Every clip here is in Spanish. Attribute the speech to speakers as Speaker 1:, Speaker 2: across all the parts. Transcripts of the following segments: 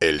Speaker 1: El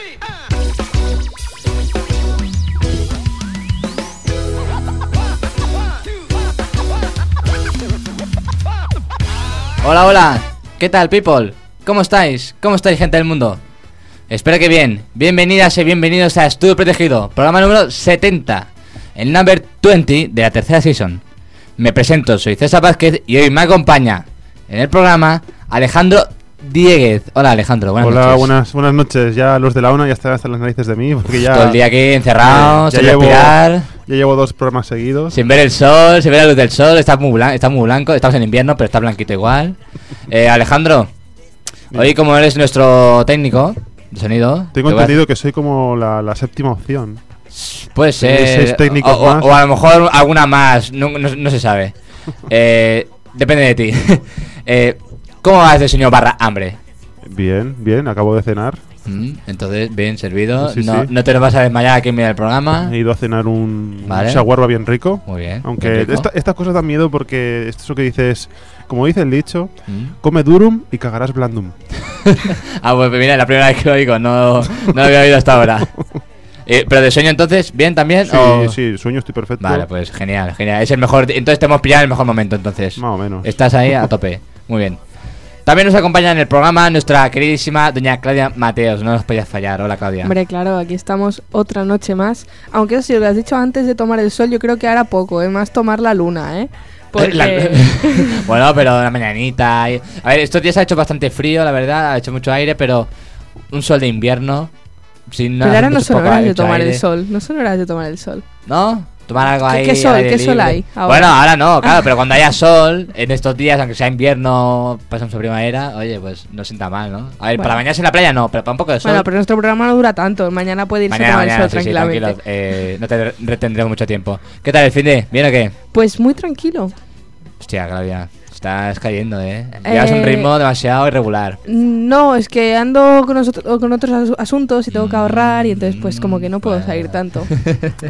Speaker 2: Hola, hola. ¿Qué tal, people? ¿Cómo estáis? ¿Cómo estáis, gente del mundo? Espero que bien. Bienvenidas y bienvenidos a Estudio Protegido, programa número 70, el number 20 de la tercera season. Me presento, soy César Vázquez y hoy me acompaña en el programa Alejandro Dieguez. Hola, Alejandro. Buenas
Speaker 3: Hola,
Speaker 2: noches.
Speaker 3: buenas, buenas noches. Ya los de la ONA ya están hasta las narices de mí, porque ya...
Speaker 2: Todo el día aquí encerrado,
Speaker 3: ya
Speaker 2: sin
Speaker 3: llevo-
Speaker 2: respirar,
Speaker 3: Ya llevo dos programas seguidos.
Speaker 2: sin ver el sol, sin ver la luz del sol. Está muy, blan- está muy blanco, estamos en invierno, pero está blanquito igual. Eh, Alejandro, hoy como eres nuestro técnico de sonido...
Speaker 3: Tengo
Speaker 2: te voy a-
Speaker 3: entendido que soy como la, la séptima opción.
Speaker 2: Puede
Speaker 3: Tenéis
Speaker 2: ser.
Speaker 3: seis técnicos
Speaker 2: pues, eh, o, o-
Speaker 3: más.
Speaker 2: o a lo mejor alguna más, no, no- no se sabe. Eh, depende de ti. Eh, ¿Cómo vas de señor barra hambre?
Speaker 3: Bien, bien, acabo de cenar.
Speaker 2: Mm, Entonces, bien servido.
Speaker 3: Sí,
Speaker 2: no,
Speaker 3: sí.
Speaker 2: no te lo vas a desmayar aquí en medio del programa.
Speaker 3: He ido a cenar un,
Speaker 2: Ah. Vale.
Speaker 3: un shawarma bien rico.
Speaker 2: Muy bien. bien
Speaker 3: Aunque
Speaker 2: rico.
Speaker 3: esta- estas cosas dan miedo porque esto es lo que dices, como dice el dicho,
Speaker 2: Mm.
Speaker 3: come durum y cagarás blandum.
Speaker 2: Ah, pues mira, la primera vez que lo digo, no, no lo había oído hasta ahora. Eh, Pero de sueño, entonces, ¿bien también?
Speaker 3: Sí,
Speaker 2: o-
Speaker 3: sí, sueño, estoy perfecto.
Speaker 2: Oh. Vale, pues genial, genial. Es el mejor. Entonces te hemos pillado en el mejor momento, entonces.
Speaker 3: Más o menos.
Speaker 2: Estás ahí a tope. Muy bien. También nos acompaña en el programa nuestra queridísima doña Claudia Mateos. No nos podías fallar. Hola, Claudia.
Speaker 4: Hombre, claro, aquí estamos otra noche más. Aunque eso, si lo has dicho antes de tomar el sol, yo creo que ahora poco, ¿eh? más tomar la luna, ¿eh? Porque...
Speaker 2: La- bueno, pero la mañanita. y- A ver, estos días ha hecho bastante frío, la verdad. Ha hecho mucho aire, pero un sol de invierno. Sin
Speaker 4: Pero ahora no
Speaker 2: mucho
Speaker 4: son
Speaker 2: poco
Speaker 4: horas de
Speaker 2: mucho
Speaker 4: tomar
Speaker 2: aire.
Speaker 4: el sol, no son horas de tomar el sol.
Speaker 2: ¿No? Tomar algo
Speaker 4: ¿Qué-
Speaker 2: ahí.
Speaker 4: qué sol-
Speaker 2: aire
Speaker 4: qué sol
Speaker 2: libre.
Speaker 4: hay Ah, ahora?
Speaker 2: Bueno, ahora no, claro, pero cuando haya sol, en estos días, aunque sea invierno, pasamos a primavera, oye, pues no sienta mal, ¿no? A ver,
Speaker 4: Bueno.
Speaker 2: para bañarse en la playa no, pero para un poco de sol.
Speaker 4: Bueno, pero nuestro programa no dura tanto, mañana puede irse
Speaker 2: mañana,
Speaker 4: a tomar
Speaker 2: mañana,
Speaker 4: el
Speaker 2: sí,
Speaker 4: sol
Speaker 2: sí,
Speaker 4: tranquilamente.
Speaker 2: tranquilos, eh, no te retendremos mucho tiempo. ¿Qué tal el fin de? ¿Bien o qué?
Speaker 4: Pues muy tranquilo.
Speaker 2: Hostia, Claudia, estás cayendo, ¿eh? Llevas un
Speaker 4: Eh,
Speaker 2: ritmo demasiado irregular.
Speaker 4: No, es que ando con, nosotros- con otros as- asuntos y tengo que ahorrar y entonces pues como que no puedo
Speaker 2: Mm,
Speaker 4: salir
Speaker 2: bueno.
Speaker 4: tanto.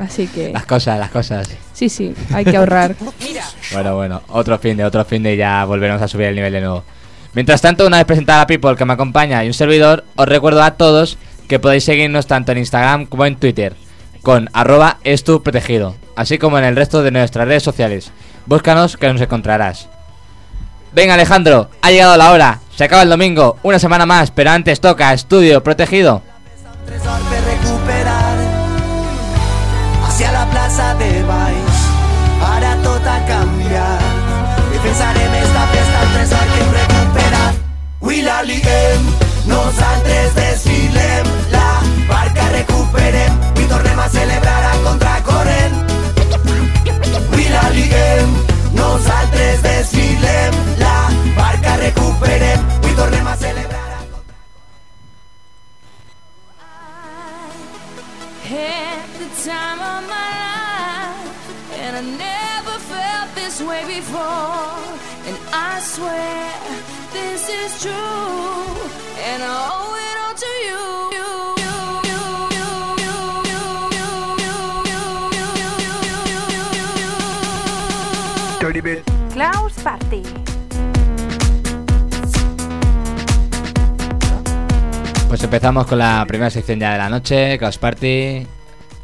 Speaker 4: Así que
Speaker 2: Las cosas, las cosas.
Speaker 4: sí, sí, hay que ahorrar.
Speaker 2: Bueno, bueno, otro fin de, otro fin de y ya volveremos a subir el nivel de nuevo. Mientras tanto, una vez presentada la people que me acompaña y un servidor, os recuerdo a todos que podéis seguirnos tanto en Instagram como en Twitter con arroba estuprotegido, así como en el resto de nuestras redes sociales. Búscanos que nos encontrarás. Venga Alejandro, ha llegado la hora, se acaba el domingo, una semana más, pero antes toca Estudio Protegido.
Speaker 5: Un tresor per recuperar hacia la plaza de Baix tota ara tot ha canviat i pensarem esta festa un tresor que hem recuperat avui la liguem nosaltres desfilem la barca recuperem i tornem a celebrar a contracorrent avui la liguem nosaltres desfilem la barca recuperem i tornem a celebrar a contracorrent
Speaker 6: had the time of my life, and I never felt this way before. And I swear this is true, and I owe it all to you.
Speaker 7: Klaus Party.
Speaker 2: Pues empezamos con la primera sección ya de la noche, Chaos Party.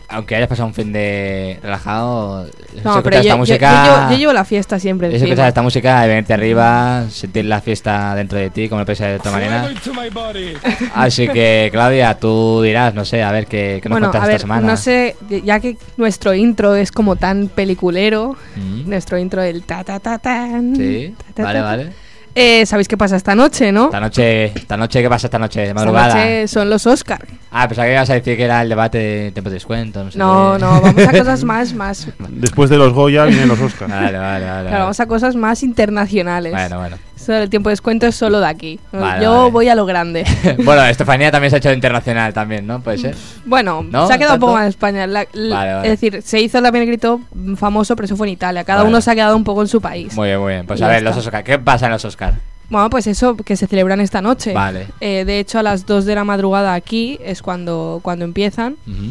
Speaker 2: Aunque hayas pasado un fin de relajado, es
Speaker 4: No,
Speaker 2: escuchar
Speaker 4: pero
Speaker 2: esta
Speaker 4: yo, yo- yo
Speaker 2: música.
Speaker 4: llevo- yo llevo la fiesta siempre.
Speaker 2: es
Speaker 4: encima.
Speaker 2: escuchar esta música de venirte arriba, sentir la fiesta dentro de ti, como lo pensas de otra manera. Así que, Claudia, tú dirás, no sé, a ver qué, qué nos
Speaker 4: bueno,
Speaker 2: cuentas
Speaker 4: a ver,
Speaker 2: esta semana.
Speaker 4: no sé, ya que nuestro intro es como tan peliculero,
Speaker 2: Mm,
Speaker 4: nuestro intro del ta ta ta tan.
Speaker 2: Sí,
Speaker 4: ta, ta, ta,
Speaker 2: vale,
Speaker 4: ta.
Speaker 2: vale.
Speaker 4: Eh, ¿Sabéis qué pasa esta noche, no?
Speaker 2: Esta noche, esta noche, ¿qué pasa esta noche? De
Speaker 4: Esta
Speaker 2: madrugada.
Speaker 4: noche son los Oscar.
Speaker 2: Ah, pensaba que ibas a decir que era el debate de tiempo de descuento. No, sé
Speaker 4: No,
Speaker 2: qué.
Speaker 4: no, vamos a cosas más, más.
Speaker 3: Después de los Goya vienen los Oscars.
Speaker 2: Vale, vale, vale.
Speaker 4: Claro,
Speaker 2: vale.
Speaker 4: vamos a cosas más internacionales.
Speaker 2: Bueno, bueno.
Speaker 4: Solo El tiempo de descuento es solo de aquí.
Speaker 2: Vale,
Speaker 4: Yo
Speaker 2: vale.
Speaker 4: voy a lo grande.
Speaker 2: bueno, Estefanía también se ha hecho internacional también, ¿no? Puede ser.
Speaker 4: Bueno,
Speaker 2: ¿No?
Speaker 4: se ha quedado un
Speaker 2: ¿Tanto?
Speaker 4: poco más en España. La- l-
Speaker 2: Vale, vale.
Speaker 4: Es decir, se hizo también el grito mm, famoso, pero eso fue en Italia. Cada
Speaker 2: Vale.
Speaker 4: uno se ha quedado un poco en su país.
Speaker 2: Muy bien, muy bien. Pues
Speaker 4: Ya
Speaker 2: a ver,
Speaker 4: está.
Speaker 2: los Oscar. ¿Qué pasa en los Oscar?
Speaker 4: Bueno, pues eso que se celebran esta noche.
Speaker 2: Vale.
Speaker 4: Eh, de hecho, a las 2 de la madrugada aquí es cuando, cuando empiezan.
Speaker 2: Ujú.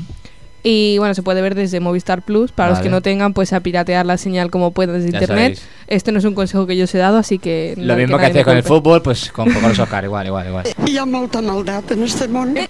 Speaker 4: Y bueno, se puede ver desde Movistar Plus. Para los
Speaker 2: Vale.
Speaker 4: que no tengan, pues a piratear la señal como puedan desde
Speaker 2: Ya
Speaker 4: internet.
Speaker 2: sabéis.
Speaker 4: Este no es un consejo que yo os he dado, así que. no-
Speaker 2: Lo mismo que
Speaker 4: nadie me
Speaker 2: hacía con el
Speaker 4: culpe.
Speaker 2: fútbol, pues con, con los Oscar, igual, igual, igual.
Speaker 8: Hi ha molta maldat en este món.
Speaker 4: Eh.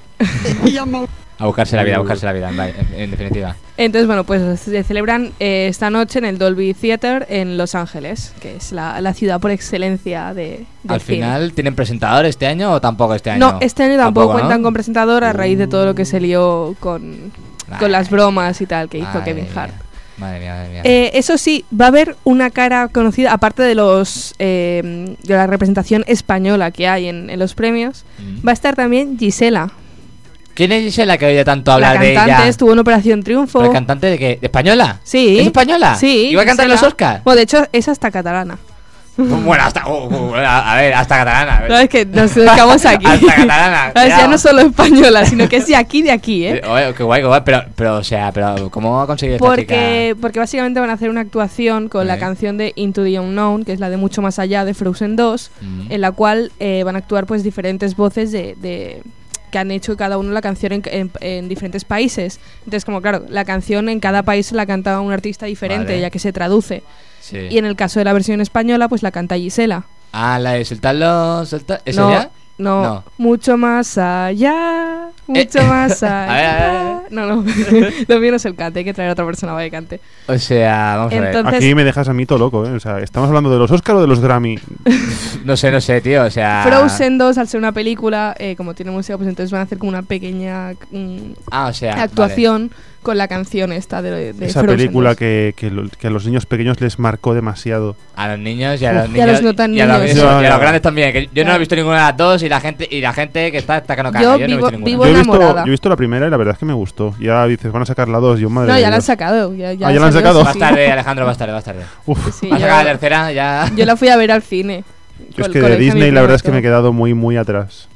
Speaker 8: Hi ha molt...
Speaker 2: A buscarse la vida, a buscarse la vida, vale, en, en definitiva.
Speaker 4: Entonces, bueno, pues se celebran eh, esta noche en el Dolby Theater en Los Ángeles, que es la, la ciudad por excelencia de. del
Speaker 2: ¿Al
Speaker 4: cine.
Speaker 2: final tienen presentador este año o tampoco este año?
Speaker 4: No, este año tampoco,
Speaker 2: ¿no? Uh.
Speaker 4: cuentan con presentador a raíz de todo lo que se lió con,
Speaker 2: Ay.
Speaker 4: con las bromas y tal que hizo
Speaker 2: Madre
Speaker 4: Kevin
Speaker 2: mía.
Speaker 4: Hart.
Speaker 2: Madre mía, madre mía.
Speaker 4: Eh, eso sí, va a haber una cara conocida, aparte de los eh, de la representación española que hay en, en los premios,
Speaker 2: Mm.
Speaker 4: va a estar también Gisela.
Speaker 2: ¿Quién es Gisela que oye tanto
Speaker 4: la
Speaker 2: hablar
Speaker 4: cantante
Speaker 2: de ella?
Speaker 4: estuvo en Operación Triunfo.
Speaker 2: ¿Pero cantante de qué? ¿De española?
Speaker 4: Sí.
Speaker 2: ¿Es española?
Speaker 4: Sí.
Speaker 2: ¿Iba a cantar en los
Speaker 4: Gisela.
Speaker 2: Oscar?
Speaker 4: Bueno, de hecho, es hasta catalana.
Speaker 2: Bueno, hasta. oh, oh, a a ver, hasta catalana. a ver.
Speaker 4: No, es que nos dedicamos aquí.
Speaker 2: Hasta catalana,
Speaker 4: Es ya
Speaker 2: cuidado.
Speaker 4: no solo española, sino que es de aquí, de aquí, ¿eh?
Speaker 2: Eh, oye, qué guay, qué guay. Pero, pero, o sea, pero ¿cómo ha conseguido esta
Speaker 4: Porque, porque básicamente van a hacer una actuación con la
Speaker 2: Eh.
Speaker 4: canción de Into the Unknown, que es la de Mucho Más Allá de Frozen 2,
Speaker 2: Mm.
Speaker 4: en la cual eh, van a actuar pues diferentes voces de, de- que han hecho cada uno la canción en, en- en diferentes países. Entonces, como claro, la canción en cada país la canta un artista diferente,
Speaker 2: Vale.
Speaker 4: ya que se traduce.
Speaker 2: Sí.
Speaker 4: Y en el caso de la versión española, pues la canta Gisela.
Speaker 2: Ah, la de soltarlo. soltar- ¿Esa
Speaker 4: no,
Speaker 2: ya?
Speaker 4: No,
Speaker 2: No.
Speaker 4: mucho más allá, mucho
Speaker 2: Eh.
Speaker 4: más
Speaker 2: A
Speaker 4: allá.
Speaker 2: ver, a ver, a
Speaker 4: No, no, lo mío no es el cante, hay que traer a otra persona para que cante.
Speaker 2: O sea, vamos a ver.
Speaker 4: Entonces-
Speaker 3: Aquí me dejas a mí todo loco, ¿eh? O sea, estamos hablando de los Oscar o de los Grammy.
Speaker 2: No sé, no sé, tío. O sea.
Speaker 4: Frozen 2, al ser una película, eh, como tiene música, pues entonces van a hacer como una pequeña mm,
Speaker 2: Ah, o sea. vale.
Speaker 4: actuación con la canción esta de, de
Speaker 3: Esa
Speaker 4: Frozen
Speaker 3: película
Speaker 4: 2.
Speaker 3: que, que lo- que a los niños pequeños les marcó demasiado.
Speaker 2: A los niños y a los
Speaker 4: Uf, y
Speaker 2: niños.
Speaker 4: a los no tan
Speaker 2: y a los-
Speaker 4: niños.
Speaker 2: eso, y a
Speaker 3: No,
Speaker 2: los
Speaker 3: no.
Speaker 2: grandes también. Que yo no he
Speaker 4: Claro.
Speaker 2: visto ninguna de las dos y la gente, y la gente que está está que no caga.
Speaker 4: Yo
Speaker 2: Yo, no he
Speaker 4: vivo-
Speaker 2: visto ninguna.
Speaker 4: vivo-
Speaker 3: Yo he, visto,
Speaker 4: enamorada.
Speaker 3: yo he visto la primera y la verdad es que me gustó. Ya dices, van a sacar la dos. Yo, madre
Speaker 4: No,
Speaker 3: de
Speaker 4: ya la han
Speaker 3: Dios.
Speaker 4: sacado. Ya,
Speaker 3: Ah, ya la han
Speaker 4: salió,
Speaker 3: sacado.
Speaker 4: sí,
Speaker 2: Más
Speaker 4: sí.
Speaker 2: tarde, Alejandro, más tarde, más tarde.
Speaker 3: Uf,
Speaker 4: Sí,
Speaker 2: Vas a
Speaker 4: yo-
Speaker 2: sacar la tercera, ya.
Speaker 4: Yo la fui a ver al
Speaker 3: yo
Speaker 4: cine.
Speaker 3: es
Speaker 4: con-
Speaker 3: que
Speaker 4: con
Speaker 3: de
Speaker 4: el hija de mi
Speaker 3: Disney la
Speaker 4: prima
Speaker 3: verdad es que
Speaker 4: todo.
Speaker 3: me he quedado muy, muy atrás.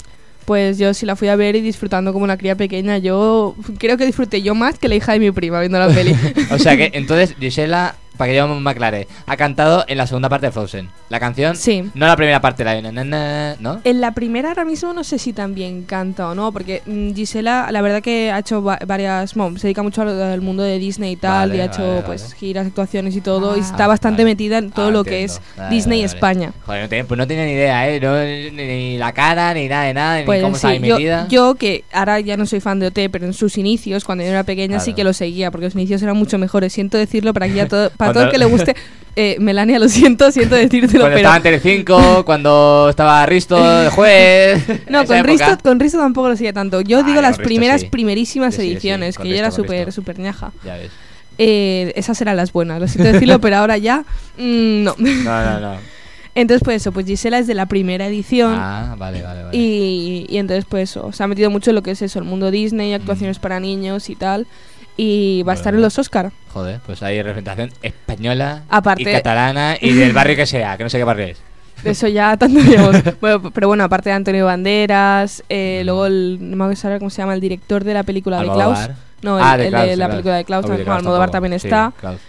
Speaker 4: Pues yo sí la fui a ver y disfrutando como una cría pequeña. Yo creo que disfruté yo más que la hija de mi prima viendo la peli.
Speaker 2: O sea que entonces Gisela, para que yo me aclare, ha cantado en la segunda parte de Frozen. La canción.
Speaker 4: Sí.
Speaker 2: No la primera parte, la de na, na, na, ¿no?
Speaker 4: En la primera ahora mismo no sé si también canta o no, porque mm, Gisela la verdad que ha hecho va- varias, bueno, se dedica mucho al, al mundo de Disney y tal,
Speaker 2: Vale,
Speaker 4: y ha
Speaker 2: vale,
Speaker 4: hecho
Speaker 2: vale.
Speaker 4: pues giras, actuaciones y todo,
Speaker 7: Ah.
Speaker 4: y está bastante
Speaker 2: Vale.
Speaker 4: metida en todo
Speaker 2: Ah,
Speaker 4: lo que
Speaker 2: entiendo.
Speaker 4: es
Speaker 2: Vale,
Speaker 4: Disney
Speaker 2: vale, vale.
Speaker 4: España.
Speaker 2: Joder, no tenía, pues no tenía ni idea, ¿eh? No, ni, ni la cara, ni nada de nada, ni
Speaker 4: Pues
Speaker 2: cómo
Speaker 4: sí,
Speaker 2: estaba ahí
Speaker 4: yo,
Speaker 2: metida.
Speaker 4: yo que ahora ya no soy fan de OT, pero en sus inicios, cuando yo era pequeña, sí
Speaker 2: Claro.
Speaker 4: que lo seguía, porque los inicios eran mucho mejores. Siento decirlo para, aquí a todo, para todo el
Speaker 2: Cuando-
Speaker 4: que le guste. Eh, Melania, lo siento, siento decírtelo,
Speaker 2: cuando
Speaker 4: pero...
Speaker 2: estaba en Telecinco, cuando estaba Risto, de juez.
Speaker 4: No,
Speaker 2: esa
Speaker 4: con
Speaker 2: época.
Speaker 4: Risto, con Risto tampoco lo seguía tanto. Yo
Speaker 2: Ah,
Speaker 4: digo
Speaker 2: con
Speaker 4: las
Speaker 2: Risto
Speaker 4: primeras,
Speaker 2: sí.
Speaker 4: primerísimas
Speaker 2: Sí, sí, sí,
Speaker 4: ediciones,
Speaker 2: con
Speaker 4: que yo era
Speaker 2: Risto, con
Speaker 4: súper,
Speaker 2: Risto.
Speaker 4: súper ñaja.
Speaker 2: Ya ves.
Speaker 4: Eh, esas eran las buenas, lo siento decirlo, pero ahora ya mm, no.
Speaker 2: No, no, no.
Speaker 4: Entonces, pues eso, pues Gisela es de la primera edición.
Speaker 2: Ah, vale, vale, vale.
Speaker 4: Y, y entonces, pues eso, se ha metido mucho en lo que es eso, el mundo Disney, actuaciones para niños y tal. Y va
Speaker 2: Mm.
Speaker 4: a
Speaker 2: Vale.
Speaker 4: estar en los Oscar.
Speaker 2: Joder, pues hay representación española
Speaker 4: Aparte-
Speaker 2: y catalana y del barrio que sea, que no sé qué barrio es.
Speaker 4: De eso ya tanto digamos. Bueno, pero bueno, aparte de Antonio
Speaker 2: Mm.
Speaker 4: Banderas, eh, luego el, no me acuerdo ahora cómo se llama, el director de la película de
Speaker 2: Almodóvar.
Speaker 4: Klaus. No, el,
Speaker 2: Ah,
Speaker 4: el
Speaker 2: Klaus,
Speaker 4: de la
Speaker 2: Klaus.
Speaker 4: película de Klaus,
Speaker 2: Uy,
Speaker 4: Juan
Speaker 2: tampoco.
Speaker 4: Almodóvar también
Speaker 2: Sí,
Speaker 4: está.
Speaker 2: Klaus.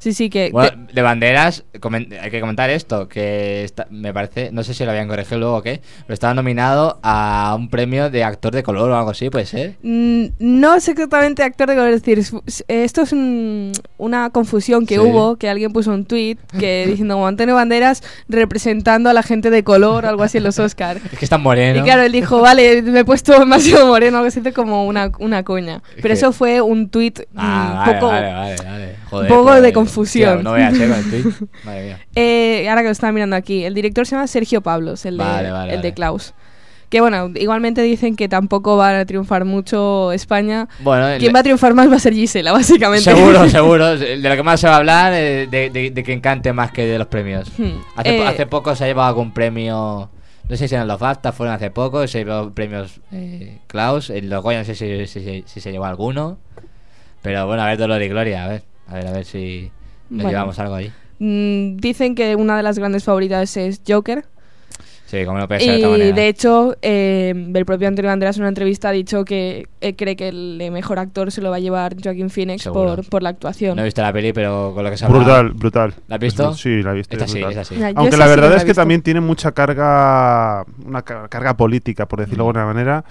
Speaker 4: Sí, sí, que...
Speaker 2: Bueno, de banderas, comen- hay que comentar esto, que está- me parece, no sé si lo habían corregido luego o qué, pero estaba nominado a un premio de actor de color o algo así, puede ser.
Speaker 4: Mm, No sé exactamente actor de color. Es decir, es- eh, esto es un- una confusión que
Speaker 2: Sí.
Speaker 4: hubo, que alguien puso un tweet que diciendo como Antonio Banderas representando a la gente de color o algo así en los Oscar.
Speaker 2: Es que está moreno.
Speaker 4: Y claro, él dijo, vale, me he puesto demasiado moreno, algo así como una, una coña.
Speaker 2: Es
Speaker 4: Pero
Speaker 2: que-
Speaker 4: eso fue un tweet
Speaker 2: Ah,
Speaker 4: mm,
Speaker 2: vale,
Speaker 4: poco...
Speaker 2: vale, vale, vale. Joder,
Speaker 4: poco
Speaker 2: pues,
Speaker 4: de confusión.
Speaker 2: tío, no veas, eh, con el tweet. Madre mía.
Speaker 4: Eh, ahora que lo estaba mirando aquí, el director se llama Sergio Pablos, el,
Speaker 2: Vale,
Speaker 4: de,
Speaker 2: vale,
Speaker 4: el
Speaker 2: vale.
Speaker 4: de Klaus. Que bueno, igualmente dicen que tampoco va a triunfar mucho España.
Speaker 2: Bueno, el-
Speaker 4: Quien va a triunfar más va a ser Gisela, básicamente.
Speaker 2: Seguro, seguro. De lo que más se va a hablar eh, de, de, de quien cante más que de los premios.
Speaker 4: Hmm.
Speaker 2: Hace, po-
Speaker 4: Eh,
Speaker 2: hace poco se ha llevado algún premio. No sé si eran los BAFTA, fueron hace poco. Se llevó premios eh, Klaus. En los Goya no sé si, si- si- si se llevó alguno. Pero bueno, a ver, Dolor y Gloria. A ver, a ver, a ver si nos
Speaker 4: Bueno.
Speaker 2: llevamos algo ahí.
Speaker 4: Mm, dicen que una de las grandes favoritas es Joker,
Speaker 2: Sí, como no puede ser de otra
Speaker 4: Y
Speaker 2: manera.
Speaker 4: de hecho, eh, el propio Antonio Banderas en una entrevista ha dicho que eh, cree que el eh, mejor actor se lo va a llevar Joaquin Phoenix
Speaker 2: Seguro.
Speaker 4: por, por la actuación.
Speaker 2: No he visto la peli, pero con lo que se ha
Speaker 3: Brutal, brutal.
Speaker 2: ¿La has visto?
Speaker 3: Sí, la he visto.
Speaker 2: Esta
Speaker 3: es
Speaker 2: sí,
Speaker 3: brutal.
Speaker 2: esta sí.
Speaker 4: Ya, yo
Speaker 3: Aunque
Speaker 4: esa
Speaker 3: la
Speaker 4: sí
Speaker 3: verdad
Speaker 4: la he
Speaker 3: es que
Speaker 4: visto.
Speaker 3: también tiene mucha carga, una ca- carga política, por decirlo
Speaker 2: Mm.
Speaker 3: de alguna manera.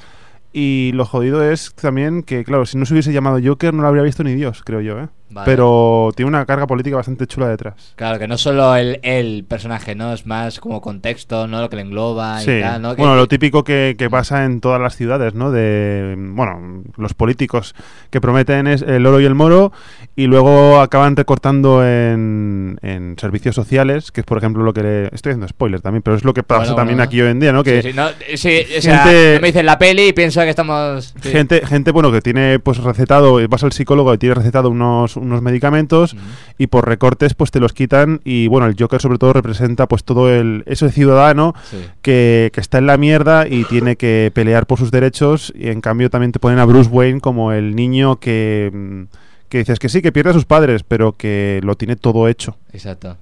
Speaker 3: Y lo jodido es también que, claro, si no se hubiese llamado Joker no lo habría visto ni Dios, creo yo, ¿eh?
Speaker 2: Vale.
Speaker 3: Pero tiene una carga política bastante chula detrás.
Speaker 2: Claro, que no solo el, el personaje, ¿no? Es más como contexto, ¿no? Lo que le engloba y
Speaker 3: Sí,
Speaker 2: tal, ¿no? Que-
Speaker 3: bueno, lo típico que, que pasa en todas las ciudades, ¿no? De, bueno, los políticos que prometen es el oro y el moro y luego acaban recortando en, en servicios sociales, que es, por ejemplo, lo que... le- estoy haciendo spoiler también, pero es lo que pasa
Speaker 2: Bueno,
Speaker 3: también
Speaker 2: bueno.
Speaker 3: aquí hoy en día, ¿no? Que
Speaker 2: Sí, sí, no, eh, sí, o sea,
Speaker 3: Gente-
Speaker 2: no me dicen la peli y pienso que estamos... sí.
Speaker 3: Gente, gente, bueno, que tiene pues recetado, vas al psicólogo y tiene recetado unos, unos medicamentos
Speaker 2: Ujú.
Speaker 3: y por recortes pues te los quitan y bueno, el Joker sobre todo representa pues todo el, ese ciudadano
Speaker 2: Sí.
Speaker 3: que, que está en la mierda y tiene que pelear por sus derechos y en cambio también te ponen a Bruce Wayne como el niño que, mm, que dices que sí, que pierde a sus padres, pero que lo tiene todo hecho.
Speaker 2: Exacto.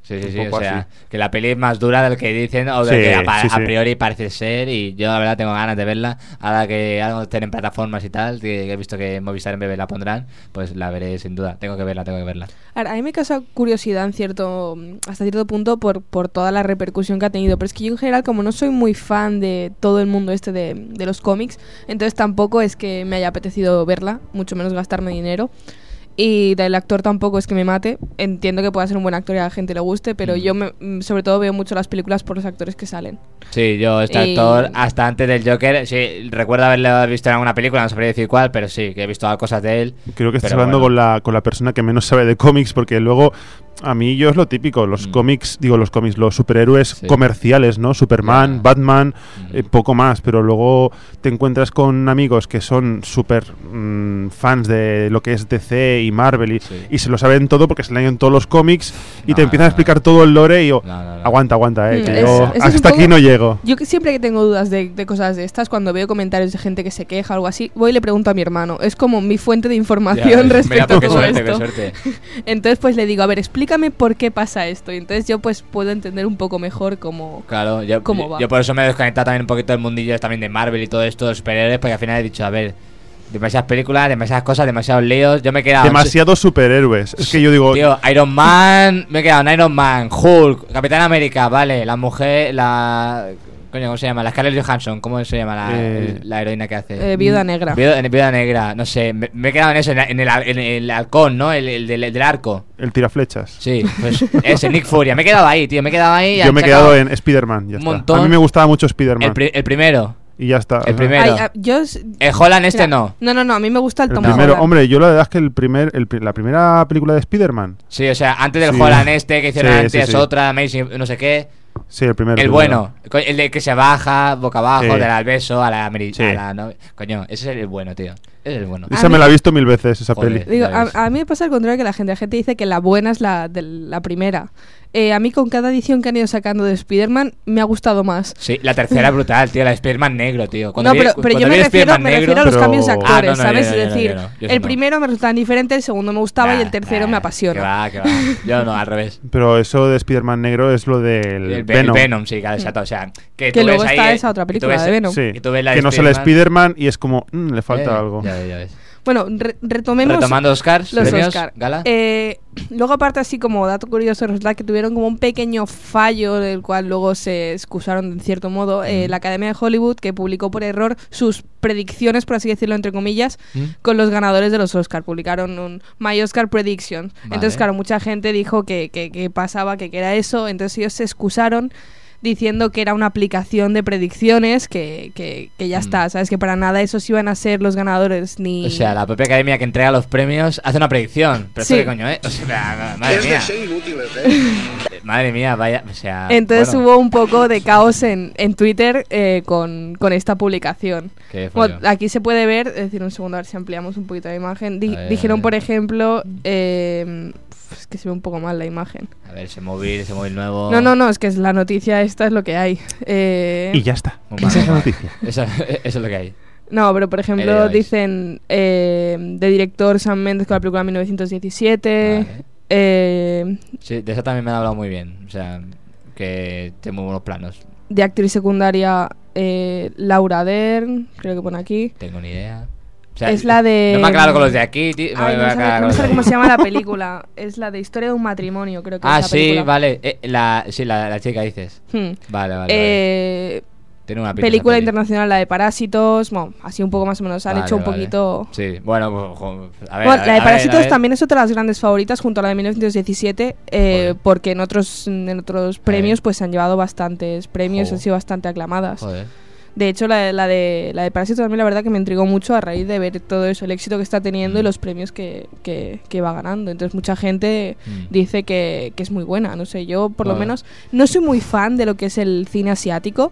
Speaker 2: Sí, sí,
Speaker 3: Un
Speaker 2: sí. O
Speaker 3: poco
Speaker 2: sea,
Speaker 3: así.
Speaker 2: que la peli es más dura del que dicen o del
Speaker 3: Sí,
Speaker 2: que a, pa-
Speaker 3: sí, sí.
Speaker 2: a priori parece ser. Y yo, la verdad, tengo ganas de verla. Ahora que algo estén en plataformas y tal, que que he visto que en Movistar en breve la pondrán, pues la veré sin duda. Tengo que verla, tengo que verla.
Speaker 4: Ahora, a mí me causa curiosidad en cierto, hasta cierto punto por, por toda la repercusión que ha tenido. Pero es que yo en general, como no soy muy fan de todo el mundo este de, de los cómics, entonces tampoco es que me haya apetecido verla, mucho menos gastarme dinero. Y del actor tampoco es que me mate. Entiendo que pueda ser un buen actor y a la gente le guste, pero
Speaker 2: Mm.
Speaker 4: yo me- mm, sobre todo veo mucho las películas por los actores que salen.
Speaker 2: Sí, yo, este
Speaker 4: Y-
Speaker 2: actor, hasta antes del Joker, sí, recuerdo haberlo visto en alguna película, no sabría decir cuál, pero sí, que he visto cosas de él.
Speaker 3: Creo que estás
Speaker 2: Pero
Speaker 3: hablando
Speaker 2: bueno.
Speaker 3: con, la, con la persona que menos sabe de cómics, porque luego a mí yo es lo típico, los
Speaker 2: Mm.
Speaker 3: cómics, digo los cómics, los superhéroes
Speaker 2: Sí.
Speaker 3: comerciales, ¿no? Superman,
Speaker 2: Ya.
Speaker 3: Batman,
Speaker 2: Ujú.
Speaker 3: eh, poco más, pero luego te encuentras con amigos que son súper mm, fans de lo que es DC y Marvel y,
Speaker 2: Sí.
Speaker 3: y se lo saben todo porque se leen todos los cómics y
Speaker 2: No,
Speaker 3: te empiezan a
Speaker 2: no,
Speaker 3: explicar
Speaker 2: no.
Speaker 3: todo el lore y yo,
Speaker 2: No, no, no.
Speaker 3: aguanta, aguanta, eh,
Speaker 4: Mm,
Speaker 3: que
Speaker 4: es-
Speaker 3: yo
Speaker 4: eso es un
Speaker 3: hasta aquí
Speaker 4: poco-
Speaker 3: no llego.
Speaker 4: Yo que siempre que tengo dudas de, de cosas de estas, cuando veo comentarios de gente que se queja o algo así, voy y le pregunto a mi hermano. Es como mi fuente de información
Speaker 2: Ya,
Speaker 4: respecto
Speaker 2: mira,
Speaker 4: a
Speaker 2: pues qué
Speaker 4: todo
Speaker 2: suerte,
Speaker 4: esto.
Speaker 2: qué suerte.
Speaker 4: Entonces pues le digo, a ver, explícame por qué pasa esto. Y entonces yo pues puedo entender un poco mejor cómo...
Speaker 2: Claro, yo,
Speaker 4: ¿Cómo
Speaker 2: yo-
Speaker 4: va?
Speaker 2: yo por eso me he desconectado también un poquito del mundillo también de Marvel y todo esto, de los superhéroes, porque al final he dicho, a ver, demasiadas películas, demasiadas cosas, demasiados líos, yo me he quedado...
Speaker 3: Demasiados superhéroes. Es que yo digo,
Speaker 2: Tío, Iron Man, me he quedado en Iron Man, Hulk, Capitán América, vale, la mujer, la... Coño, ¿cómo se llama? La Scarlett Johansson, ¿cómo se llama la,
Speaker 3: Eh,
Speaker 2: la heroína que hace?
Speaker 4: Eh, Viuda Negra.
Speaker 2: Viuda, en- Viuda negra, no sé, me, me he quedado en eso, en, la- en el, al- en el halcón, ¿no? El, el del, el del arco.
Speaker 3: el tiraflechas.
Speaker 2: Sí, pues ese, Nick Furia. Me he quedado ahí, tío, me he quedado ahí. y
Speaker 3: Yo
Speaker 2: han
Speaker 3: me he
Speaker 2: sacado
Speaker 3: quedado en Spider-Man. ya
Speaker 2: un
Speaker 3: está.
Speaker 2: montón.
Speaker 3: A mí me gustaba mucho
Speaker 2: El,
Speaker 3: Spider-Man.
Speaker 2: pri- el primero.
Speaker 3: Y ya está.
Speaker 2: El
Speaker 3: Ajá.
Speaker 2: primero.
Speaker 4: Ay, a- yo... s-
Speaker 2: El Holland este
Speaker 4: Mira,
Speaker 2: no.
Speaker 4: No, no, no, a mí me gusta el,
Speaker 3: El
Speaker 4: Tom
Speaker 3: primero,
Speaker 4: Holland.
Speaker 3: hombre, yo la verdad es que el primer, el pri- la primera película de Spider-Man.
Speaker 2: Sí, o sea, antes del
Speaker 3: Sí.
Speaker 2: Holland este que hicieron
Speaker 3: Sí,
Speaker 2: antes,
Speaker 3: sí, sí.
Speaker 2: otra, Amazing, no sé qué.
Speaker 3: Sí, el primero.
Speaker 2: el
Speaker 3: primero.
Speaker 2: bueno, co- el de que se baja boca abajo,
Speaker 3: Sí.
Speaker 2: del al beso, a la, ameri-
Speaker 3: Sí.
Speaker 2: a la no- Coño, ese es el bueno, tío. Ese es el bueno.
Speaker 3: Esa
Speaker 4: A
Speaker 3: me
Speaker 4: mí-
Speaker 3: la he visto mil veces, esa
Speaker 2: Joder.
Speaker 3: peli.
Speaker 4: Digo,
Speaker 2: Ya ves.
Speaker 4: a, a mí me pasa al contrario que la gente. La gente dice que la buena es la, de la primera. Eh, a mí con cada edición que han ido sacando de Spider-Man me ha gustado más.
Speaker 2: Sí, la tercera es brutal, tío, la de Spider-Man negro, tío. Cuando
Speaker 4: no,
Speaker 2: vi-
Speaker 4: pero,
Speaker 2: cu-
Speaker 4: pero yo
Speaker 2: cuando
Speaker 4: me
Speaker 2: vi
Speaker 4: refiero,
Speaker 2: Spider-Man
Speaker 4: me refiero a los
Speaker 3: Pero-
Speaker 4: cambios
Speaker 3: Ah, no,
Speaker 4: actores,
Speaker 2: no, yo-
Speaker 4: ¿sabes?
Speaker 2: yo- yo-
Speaker 4: es decir,
Speaker 2: yo no, yo eso
Speaker 4: el
Speaker 2: no.
Speaker 4: primero me resultaba diferente, el segundo me gustaba y
Speaker 2: Nah,
Speaker 4: el tercero
Speaker 2: nah,
Speaker 4: me
Speaker 2: Que
Speaker 4: apasiona.
Speaker 2: va, que va. Yo no, al revés.
Speaker 3: Pero eso de Spider-Man negro es lo del
Speaker 2: El, el Venom.
Speaker 3: Venom.
Speaker 2: sí, claro, exacto. O sea, que,
Speaker 4: Que
Speaker 2: tú
Speaker 4: luego
Speaker 2: ves
Speaker 4: está
Speaker 2: ahí,
Speaker 4: esa otra
Speaker 2: que tú
Speaker 4: película
Speaker 2: ves-
Speaker 4: de Venom.
Speaker 3: Sí,
Speaker 2: Y tú ves la
Speaker 3: que
Speaker 2: de
Speaker 3: no sale
Speaker 2: Spider-Man.
Speaker 3: Spider-Man y es como, mm, le falta
Speaker 2: Eh,
Speaker 3: algo.
Speaker 2: Ya ves, ya ves.
Speaker 4: Bueno, re- retomemos
Speaker 2: Retomando Oscars,
Speaker 4: los
Speaker 2: premios,
Speaker 4: Oscar.
Speaker 2: gala.
Speaker 4: Eh, luego aparte así como dato curioso resulta que tuvieron como un pequeño fallo del cual luego se excusaron en cierto modo eh,
Speaker 2: Mm.
Speaker 4: la Academia de Hollywood que publicó por error sus predicciones por así decirlo entre comillas
Speaker 2: Mm.
Speaker 4: con los ganadores de los Oscar publicaron un My Oscar Prediction
Speaker 2: Vale.
Speaker 4: entonces claro mucha gente dijo que, que- que pasaba que, que era eso entonces ellos se excusaron diciendo que era una aplicación de predicciones que, que- que ya
Speaker 2: Mm.
Speaker 4: está sabes que para nada esos iban a ser los ganadores ni
Speaker 2: O sea, la propia academia que entrega los premios hace una predicción. Pero
Speaker 4: Sí.
Speaker 2: esto qué coño, ¿eh? O sea, madre mía. Eh, Madre mía, vaya. O sea.
Speaker 4: Entonces
Speaker 2: Ah, bueno,
Speaker 4: hubo un poco de caos en, en Twitter eh, con, con esta publicación.
Speaker 2: qué follo.
Speaker 4: Bueno, aquí se puede ver, es decir, un segundo, a ver si ampliamos un poquito la imagen. Di-
Speaker 2: A ver, a
Speaker 4: dijeron,
Speaker 2: ver.
Speaker 4: por ejemplo, eh, es que se ve un poco mal la imagen.
Speaker 2: A ver, ese móvil, ese móvil nuevo.
Speaker 4: No, no, no, es que es la noticia esta es lo que hay. Eh,
Speaker 3: Y ya está.
Speaker 2: Muy mal,
Speaker 3: Esa es la
Speaker 2: muy mal.
Speaker 3: noticia.
Speaker 2: Eso, eso es lo que hay.
Speaker 4: No, pero por
Speaker 2: Eh,
Speaker 4: ejemplo
Speaker 2: vais.
Speaker 4: dicen eh, de director Sam Mendes con la película 1917.
Speaker 2: Vale.
Speaker 4: eh,
Speaker 2: Sí, de eso también me han hablado muy bien. O sea, que tiene muy buenos planos.
Speaker 4: de actriz secundaria eh, Laura Dern, creo que pone aquí.
Speaker 2: Tengo ni idea. O sea,
Speaker 4: Es la de-
Speaker 2: No me aclaro con los de aquí, tío.
Speaker 4: Ay,
Speaker 2: me
Speaker 4: no
Speaker 2: aclaro
Speaker 4: sabe-
Speaker 2: con
Speaker 4: no
Speaker 2: los de
Speaker 4: sé
Speaker 2: ahí.
Speaker 4: cómo se llama la película. Es la de Historia de un matrimonio, creo que
Speaker 2: Ah,
Speaker 4: es la
Speaker 2: sí,
Speaker 4: película.
Speaker 2: vale. Eh, la, sí, la, la chica dices.
Speaker 4: Hmm.
Speaker 2: Vale, vale. vale.
Speaker 4: Eh,
Speaker 2: Tiene una pinta esa
Speaker 4: película
Speaker 2: peli.
Speaker 4: internacional, la de Parásitos, bueno, así un poco más o menos. Han
Speaker 2: Vale,
Speaker 4: hecho un
Speaker 2: vale.
Speaker 4: poquito...
Speaker 2: Sí, bueno, pues, ojo, a ver.
Speaker 4: Bueno,
Speaker 2: a
Speaker 4: la
Speaker 2: ver,
Speaker 4: de
Speaker 2: a
Speaker 4: Parásitos
Speaker 2: ver, a ver.
Speaker 4: también es otra de las grandes favoritas junto a la de 1917, eh,
Speaker 2: Joder.
Speaker 4: porque en otros, en otros premios pues se han llevado bastantes premios,
Speaker 2: Joder.
Speaker 4: han sido bastante aclamadas.
Speaker 2: Joder.
Speaker 4: De hecho, la, de- la de, la de Parásitos también la verdad que me intrigó mucho a raíz de ver todo eso, el éxito que está teniendo y
Speaker 2: Mm.
Speaker 4: los premios que, que- que va ganando. Entonces mucha gente
Speaker 2: Mm.
Speaker 4: dice que, que es muy buena, no sé, yo por lo
Speaker 2: Joder.
Speaker 4: menos no soy muy fan de lo que es el cine asiático,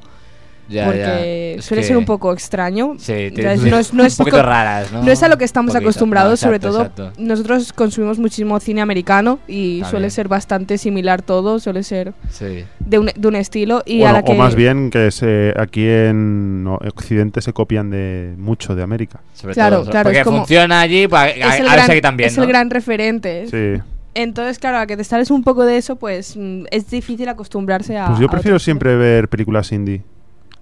Speaker 2: Ya,
Speaker 4: porque
Speaker 2: ya. Es
Speaker 4: suele
Speaker 2: que-
Speaker 4: ser un poco extraño.
Speaker 2: Sí,
Speaker 4: Ya es-
Speaker 2: tiene-
Speaker 4: no es- no
Speaker 2: un
Speaker 4: es
Speaker 2: poquito
Speaker 4: co-
Speaker 2: raras, ¿no?
Speaker 4: No es a lo que estamos
Speaker 2: Poquito.
Speaker 4: acostumbrados,
Speaker 2: No,
Speaker 4: sobre
Speaker 2: exacto,
Speaker 4: todo
Speaker 2: exacto.
Speaker 4: nosotros consumimos muchísimo cine americano y
Speaker 2: Está
Speaker 4: suele
Speaker 2: bien.
Speaker 4: ser bastante similar todo, suele ser
Speaker 2: Sí.
Speaker 4: de un, de un estilo y
Speaker 3: Bueno,
Speaker 4: a la que
Speaker 3: O más bien que se, aquí en Occidente se copian de mucho de América.
Speaker 2: Sobre
Speaker 4: Claro,
Speaker 2: todo,
Speaker 4: claro,
Speaker 2: Porque
Speaker 4: es como-
Speaker 2: funciona allí, pues, a, a-
Speaker 4: es, el
Speaker 2: a ver si
Speaker 4: gran,
Speaker 2: aquí también.
Speaker 4: es
Speaker 2: ¿no?
Speaker 4: el gran referente.
Speaker 3: Sí.
Speaker 4: Entonces, claro, a la que te sales un poco de eso, pues mm, es difícil acostumbrarse a...
Speaker 3: Pues yo
Speaker 4: a
Speaker 3: prefiero
Speaker 4: otro-
Speaker 3: siempre ver películas indie.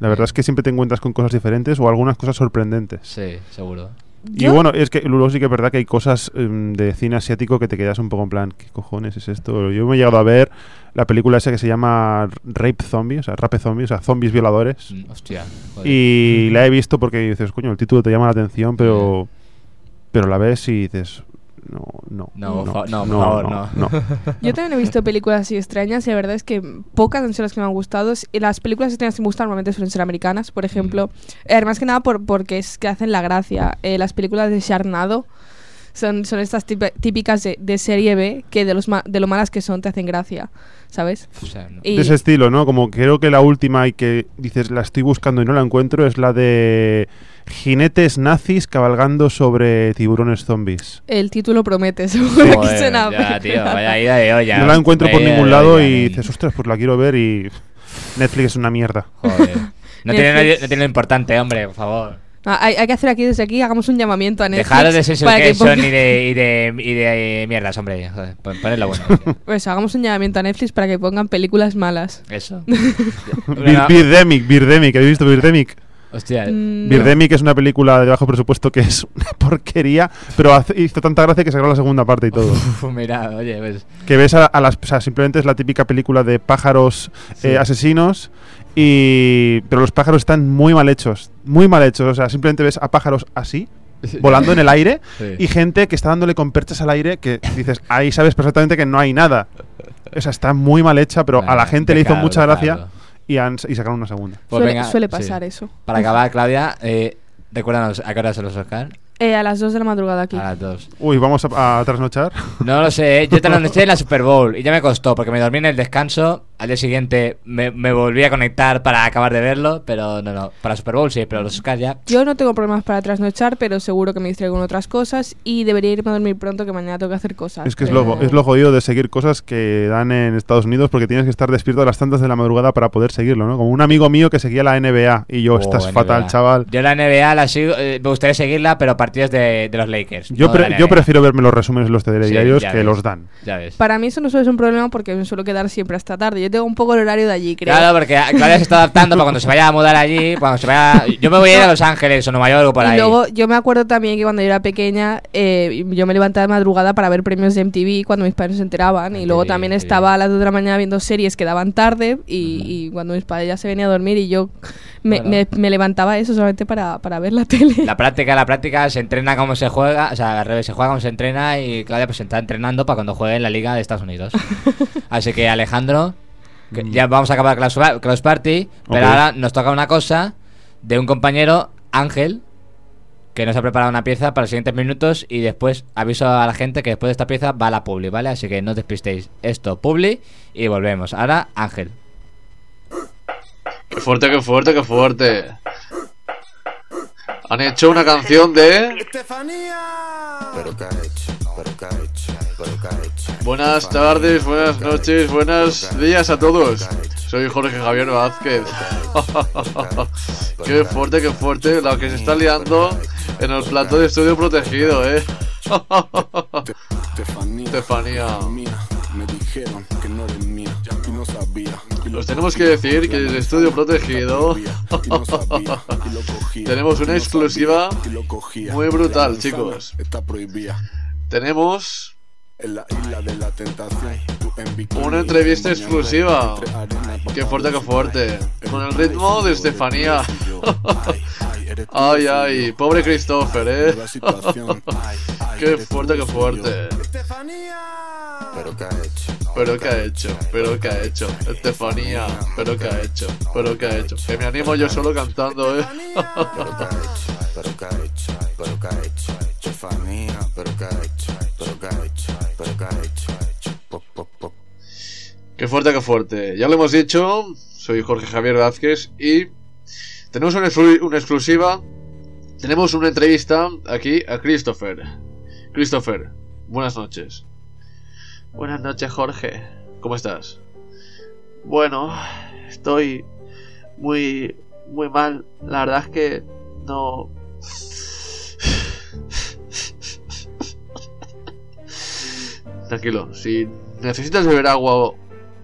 Speaker 3: La verdad es que siempre te encuentras con cosas diferentes o algunas cosas sorprendentes.
Speaker 2: Sí, seguro.
Speaker 3: Y
Speaker 4: Yo-
Speaker 3: bueno, es que luego sí que es verdad que hay cosas em, de cine asiático que te quedas un poco en plan, ¿qué cojones es esto? Yo me he llegado a ver la película esa que se llama Rape Zombies, o sea, Rape Zombies, o sea, zombies violadores.
Speaker 2: Mm, Hostia. joder.
Speaker 3: Y la he visto porque dices, coño, el título te llama la atención, pero, pero la ves y dices, no, no.
Speaker 2: Mm. No,
Speaker 3: no,
Speaker 2: fa- no, por favor, no.
Speaker 4: Yo también he visto películas así extrañas y la verdad es que pocas han sido las que me han gustado. Y las películas extrañas que me gustan normalmente suelen ser americanas, por ejemplo.
Speaker 3: Mm.
Speaker 4: Eh, más que nada por, porque es que hacen la gracia. Eh, las películas de Charnado son, son estas tipa- típicas de, de serie B que de, los ma- de lo malas que son te hacen gracia, ¿sabes?
Speaker 2: O sea, no.
Speaker 4: Y
Speaker 3: De ese estilo, ¿no? Como creo que la última y que dices, la estoy buscando y no la encuentro, es la de jinetes nazis cabalgando sobre tiburones zombies.
Speaker 4: el título promete, seguro que
Speaker 2: Joder,
Speaker 4: suena.
Speaker 2: ya, tío, vaya ida de olla.
Speaker 3: no la encuentro por
Speaker 2: Vaya ida
Speaker 3: ningún
Speaker 2: de
Speaker 3: lado
Speaker 2: olla,
Speaker 3: y
Speaker 2: eh.
Speaker 3: dices, ostras, pues la quiero ver y Netflix es una mierda.
Speaker 2: Joder. No tiene,
Speaker 4: Netflix.
Speaker 2: no tiene lo importante, hombre, por favor.
Speaker 4: Ah, hay, hay que hacer aquí, desde aquí, hagamos un llamamiento a Netflix.
Speaker 2: Dejaros de
Speaker 4: para que
Speaker 2: Sensucation
Speaker 4: ponga-
Speaker 2: y de, y de, y de eh, mierdas, hombre. Joder, pon- ponedlo bueno.
Speaker 4: Pues hagamos un llamamiento a Netflix para que pongan películas malas.
Speaker 2: Eso.
Speaker 3: Bir- Birdemic, Birdemic, ¿habéis visto Birdemic?
Speaker 2: Hostia.
Speaker 4: Mm,
Speaker 3: Birdemic es una película de bajo presupuesto que es una porquería, pero hace- hizo tanta gracia que se grabó la segunda parte y todo.
Speaker 2: Uf, mira, oye, pues.
Speaker 3: Que ves a, a las. O sea, simplemente es la típica película de pájaros
Speaker 2: Sí.
Speaker 3: eh, asesinos. Y, pero los pájaros están muy mal hechos. Muy mal hechos. O sea, simplemente ves a pájaros así, volando en el aire.
Speaker 2: Sí.
Speaker 3: Y gente que está dándole con perchas al aire que dices, ahí sabes perfectamente que no hay nada. O sea, está muy mal hecha, pero a la
Speaker 2: Vale,
Speaker 3: gente le hizo
Speaker 2: dejadlo,
Speaker 3: mucha gracia
Speaker 2: dejadlo.
Speaker 3: y, han, y sacaron una segunda.
Speaker 2: Pues
Speaker 4: suele,
Speaker 2: venga,
Speaker 4: suele
Speaker 2: sí.
Speaker 4: pasar eso.
Speaker 2: Para acabar, Claudia, eh, recuérdanos a qué hora son los Oscar.
Speaker 4: Eh, a las 2 de la madrugada aquí.
Speaker 2: A las dos.
Speaker 3: Uy, vamos a, a trasnochar.
Speaker 2: No lo sé, ¿eh? yo te lo anuncié en la Super Bowl y ya me costó porque me dormí en el descanso. Al día siguiente me, me volví a conectar para acabar de verlo, pero no, no. Para Super Bowl sí, pero los Oscars ya.
Speaker 4: Yo no tengo problemas para trasnochar, pero seguro que me distraigo con otras cosas y debería irme a dormir pronto que mañana tengo que hacer cosas.
Speaker 3: Es que es
Speaker 4: pero-
Speaker 3: lo, es lo jodido de seguir cosas que dan en Estados Unidos porque tienes que estar despierto a las tantas de la madrugada para poder seguirlo, ¿no? Como un amigo mío que seguía la NBA y yo,
Speaker 2: Oh,
Speaker 3: estás
Speaker 2: NBA.
Speaker 3: fatal, chaval.
Speaker 2: Yo la NBA la sigo, eh, me gustaría seguirla, pero partidos de, de los Lakers.
Speaker 3: Yo,
Speaker 2: no
Speaker 3: pre-
Speaker 2: de la
Speaker 3: yo
Speaker 2: NBA.
Speaker 3: prefiero verme los resúmenes de los telediarios
Speaker 2: Sí, ya
Speaker 3: que
Speaker 2: ves.
Speaker 3: los dan.
Speaker 2: Ya ves.
Speaker 4: Para mí eso no suele ser un problema porque me suelo quedar siempre hasta tarde. Yo tengo un poco el horario de allí, creo.
Speaker 2: Claro, porque Claudia se está adaptando para cuando se vaya a mudar allí, cuando se vaya... Yo me voy a ir a Los Ángeles o Nueva York o por
Speaker 4: y
Speaker 2: ahí.
Speaker 4: luego yo me acuerdo también que cuando yo era pequeña eh, yo me levantaba de madrugada para ver premios de MTV cuando mis padres se enteraban y luego
Speaker 2: MTV,
Speaker 4: también
Speaker 2: MTV.
Speaker 4: estaba a las 2 de la mañana viendo series que daban tarde y, y cuando mis padres ya se venían a dormir y yo me,
Speaker 2: Claro.
Speaker 4: me- me levantaba eso solamente para, para ver la tele.
Speaker 2: La práctica, la práctica, se entrena como se juega, o sea, al revés, se juega como se entrena y Claudia pues se está entrenando para cuando juegue en la Liga de Estados Unidos. Así que Alejandro, que ya vamos a acabar Claus Claus Party, pero
Speaker 3: Ok.
Speaker 2: ahora nos toca una cosa de un compañero, Ángel, que nos ha preparado una pieza para los siguientes minutos y después aviso a la gente que después de esta pieza va la Publi, ¿vale? Así que no os despistéis. Esto, Publi, y volvemos. Ahora, Ángel.
Speaker 9: Qué fuerte, qué fuerte, qué fuerte. Han hecho una canción de.
Speaker 5: Pero qué ha hecho, pero qué ha hecho, pero qué ha hecho.
Speaker 9: Buenas tardes, buenas noches, buenos días a todos. Soy Jorge Javier Vázquez. qué fuerte, qué fuerte. La que se está liando en el plato de estudio protegido, eh. Estefanía.
Speaker 5: Estefanía.
Speaker 10: Me dijeron que no eres mía y no sabía. Y lo
Speaker 9: Os tenemos que decir que desde Estudio Protegido
Speaker 10: y no sabía, y lo cogía.
Speaker 9: tenemos una exclusiva
Speaker 10: Y lo cogía.
Speaker 9: muy brutal,
Speaker 10: La manzana
Speaker 9: chicos.
Speaker 10: Está prohibida.
Speaker 9: Tenemos
Speaker 10: En la isla de la tentación. tú en bikini,
Speaker 9: una entrevista
Speaker 10: bañándote
Speaker 9: exclusiva.
Speaker 10: entre arena,
Speaker 9: Qué
Speaker 10: papá,
Speaker 9: fuerte, qué fuerte. Con el ritmo de Estefanía.
Speaker 10: Ay, ay, eres tú,
Speaker 9: Ay,
Speaker 10: soy
Speaker 9: ay,
Speaker 10: yo.
Speaker 9: pobre Christopher, eh.
Speaker 10: Nueva situación. Ay, ay,
Speaker 9: Qué
Speaker 10: eres tú,
Speaker 9: fuerte, qué
Speaker 10: soy
Speaker 9: fuerte.
Speaker 10: yo. Pero qué ha hecho.
Speaker 9: Pero qué ha hecho, pero qué ha hecho. Estefanía, pero qué ha hecho, pero qué ha hecho. Que me animo yo solo cantando, eh.
Speaker 10: Pero qué ha hecho. Pero qué ha hecho. Pero qué ha hecho. Estefanía, pero qué ha hecho. Pero qué ha hecho. Pero qué ha hecho. Po, po, po.
Speaker 9: Qué fuerte, qué fuerte. Ya lo hemos dicho, soy Jorge Javier Vázquez y tenemos una, exclu- una exclusiva. Tenemos una entrevista aquí a Christopher. Christopher, buenas noches. Buenas noches, Jorge. ¿Cómo estás? Bueno, estoy muy, muy mal. La verdad es que no. Tranquilo, si necesitas beber agua o-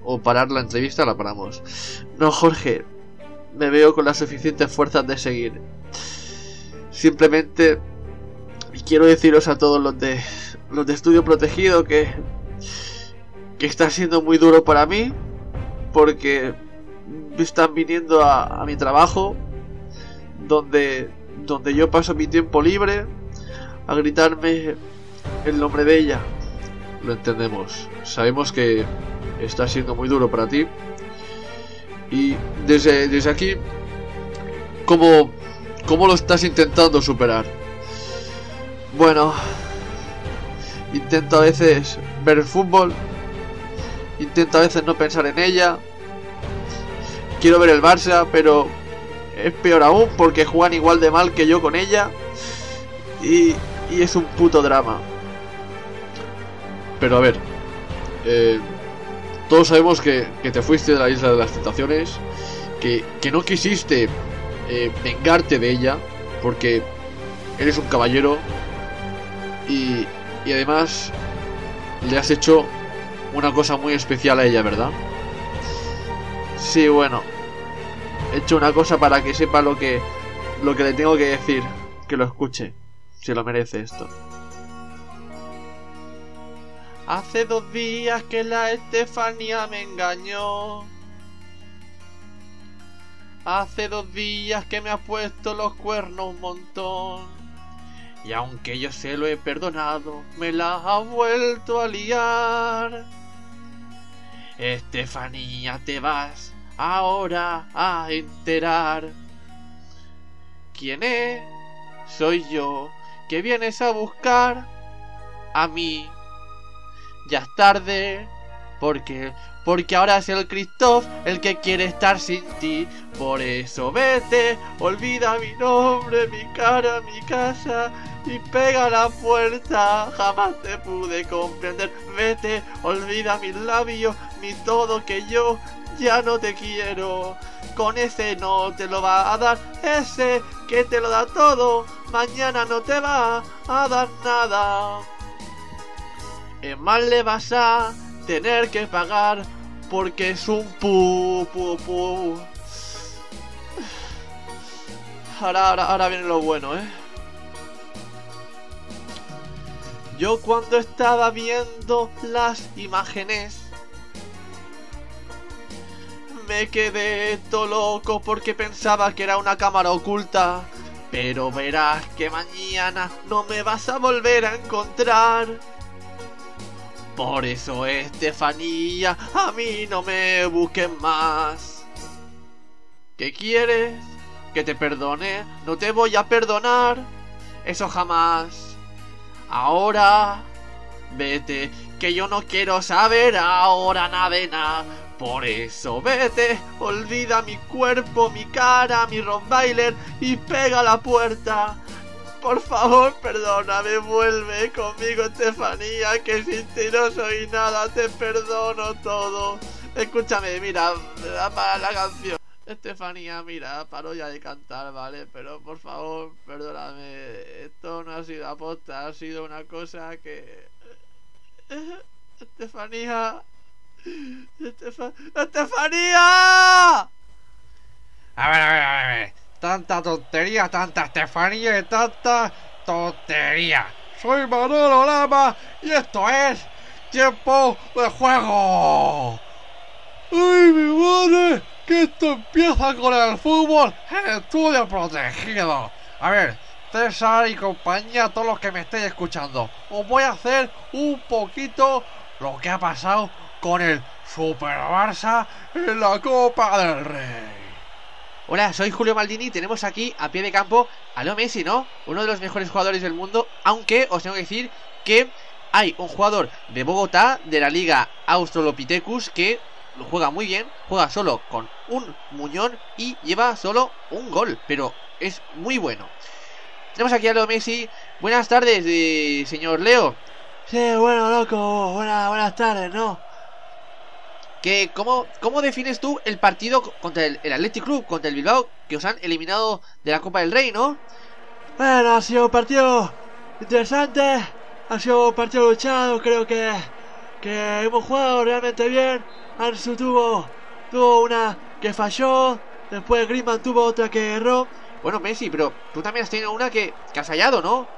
Speaker 9: o parar la entrevista, la paramos. No, Jorge, me veo con las suficientes fuerzas de seguir. Simplemente quiero deciros a todos los de los de estudio protegido que que está siendo muy duro para mí porque están viniendo a, a mi trabajo donde donde yo paso mi tiempo libre a gritarme el nombre de ella. Lo entendemos. Sabemos que está siendo muy duro para ti. Y desde, desde aquí, ¿cómo, ¿cómo lo estás intentando superar? Bueno, intento a veces ver el fútbol, intento a veces no pensar en ella, quiero ver el Barça, pero es peor aún porque juegan igual de mal que yo con ella y, y es un puto drama. Pero a ver, eh, todos sabemos que, que te fuiste de la isla de las tentaciones, que, que no quisiste eh, vengarte de ella, porque eres un caballero y, y además le has hecho una cosa muy especial a ella, ¿verdad? Sí, bueno, he hecho una cosa para que sepa lo que, lo que le tengo que decir, que lo escuche, si lo merece esto. Hace dos días que la Estefanía me engañó. Hace dos días que me ha puesto los cuernos un montón. Y aunque yo se lo he perdonado, me la ha vuelto a liar. Estefanía, te vas ahora a enterar. ¿Quién es? Soy yo, que vienes a buscar a mí ya es tarde. Porque, porque ahora es el Christoph el que quiere estar sin ti. Por eso vete, olvida mi nombre, mi cara, mi casa y pega la puerta. Jamás te pude comprender. Vete, olvida mis labios, mi todo que yo ya no te quiero. Con ese no te lo va a dar, ese que te lo da todo. Mañana no te va a dar nada eh, más le vas a tener que pagar porque es un pu pu pu. Ahora, ahora, ahora viene lo bueno, ¿eh? Yo cuando estaba viendo las imágenes me quedé todo loco porque pensaba que era una cámara oculta. Pero verás que mañana no me vas a volver a encontrar. Por eso, Estefanía, a mí no me busques más. ¿Qué quieres? ¿Que te perdone? No te voy a perdonar. Eso jamás. Ahora, vete, que yo no quiero saber ahora nada de nada. Por eso, vete, olvida mi cuerpo, mi cara, mi rottweiler y pega la puerta. Por favor, perdóname, vuelve conmigo, Estefanía, que sin ti no soy nada, te perdono todo. Escúchame, mira, me da para la canción. Estefanía, mira, paro ya de cantar, ¿vale? Pero por favor, perdóname. Esto no ha sido aposta, ha sido una cosa que. Estefanía. Estefa- ¡Estefanía! A ver, a ver, a ver, a ver. Tanta tontería, tanta Estefanía y tanta tontería. Soy Manolo Lama y esto es Tiempo de Juego. ¡Ay, mi madre! Que esto empieza con el fútbol en estudio protegido. A ver, César y compañía, todos los que me estéis escuchando, os voy a hacer un poquito lo que ha pasado con el Super Barça en la Copa del Rey. Hola, soy Julio Maldini y tenemos aquí a pie de campo a Leo Messi, ¿no? Uno de los mejores jugadores del mundo, aunque os tengo que decir que hay un jugador de Bogotá, de la liga Australopithecus, que lo juega muy bien, juega solo con un muñón y lleva solo un gol, pero es muy bueno. Tenemos aquí a Leo Messi. Buenas tardes, eh, señor Leo. Sí, bueno, loco, buenas tardes, ¿no? que cómo, cómo defines tú el partido co- contra el, el Athletic Club, contra el Bilbao, que os han eliminado de la Copa del Rey, ¿no? Bueno, ha sido un partido interesante, ha sido un partido luchado, creo que, que hemos jugado realmente bien. Ansu tuvo, tuvo una que falló, después Griezmann tuvo otra que erró. Bueno, Messi, pero tú también has tenido una que, que has hallado, ¿no?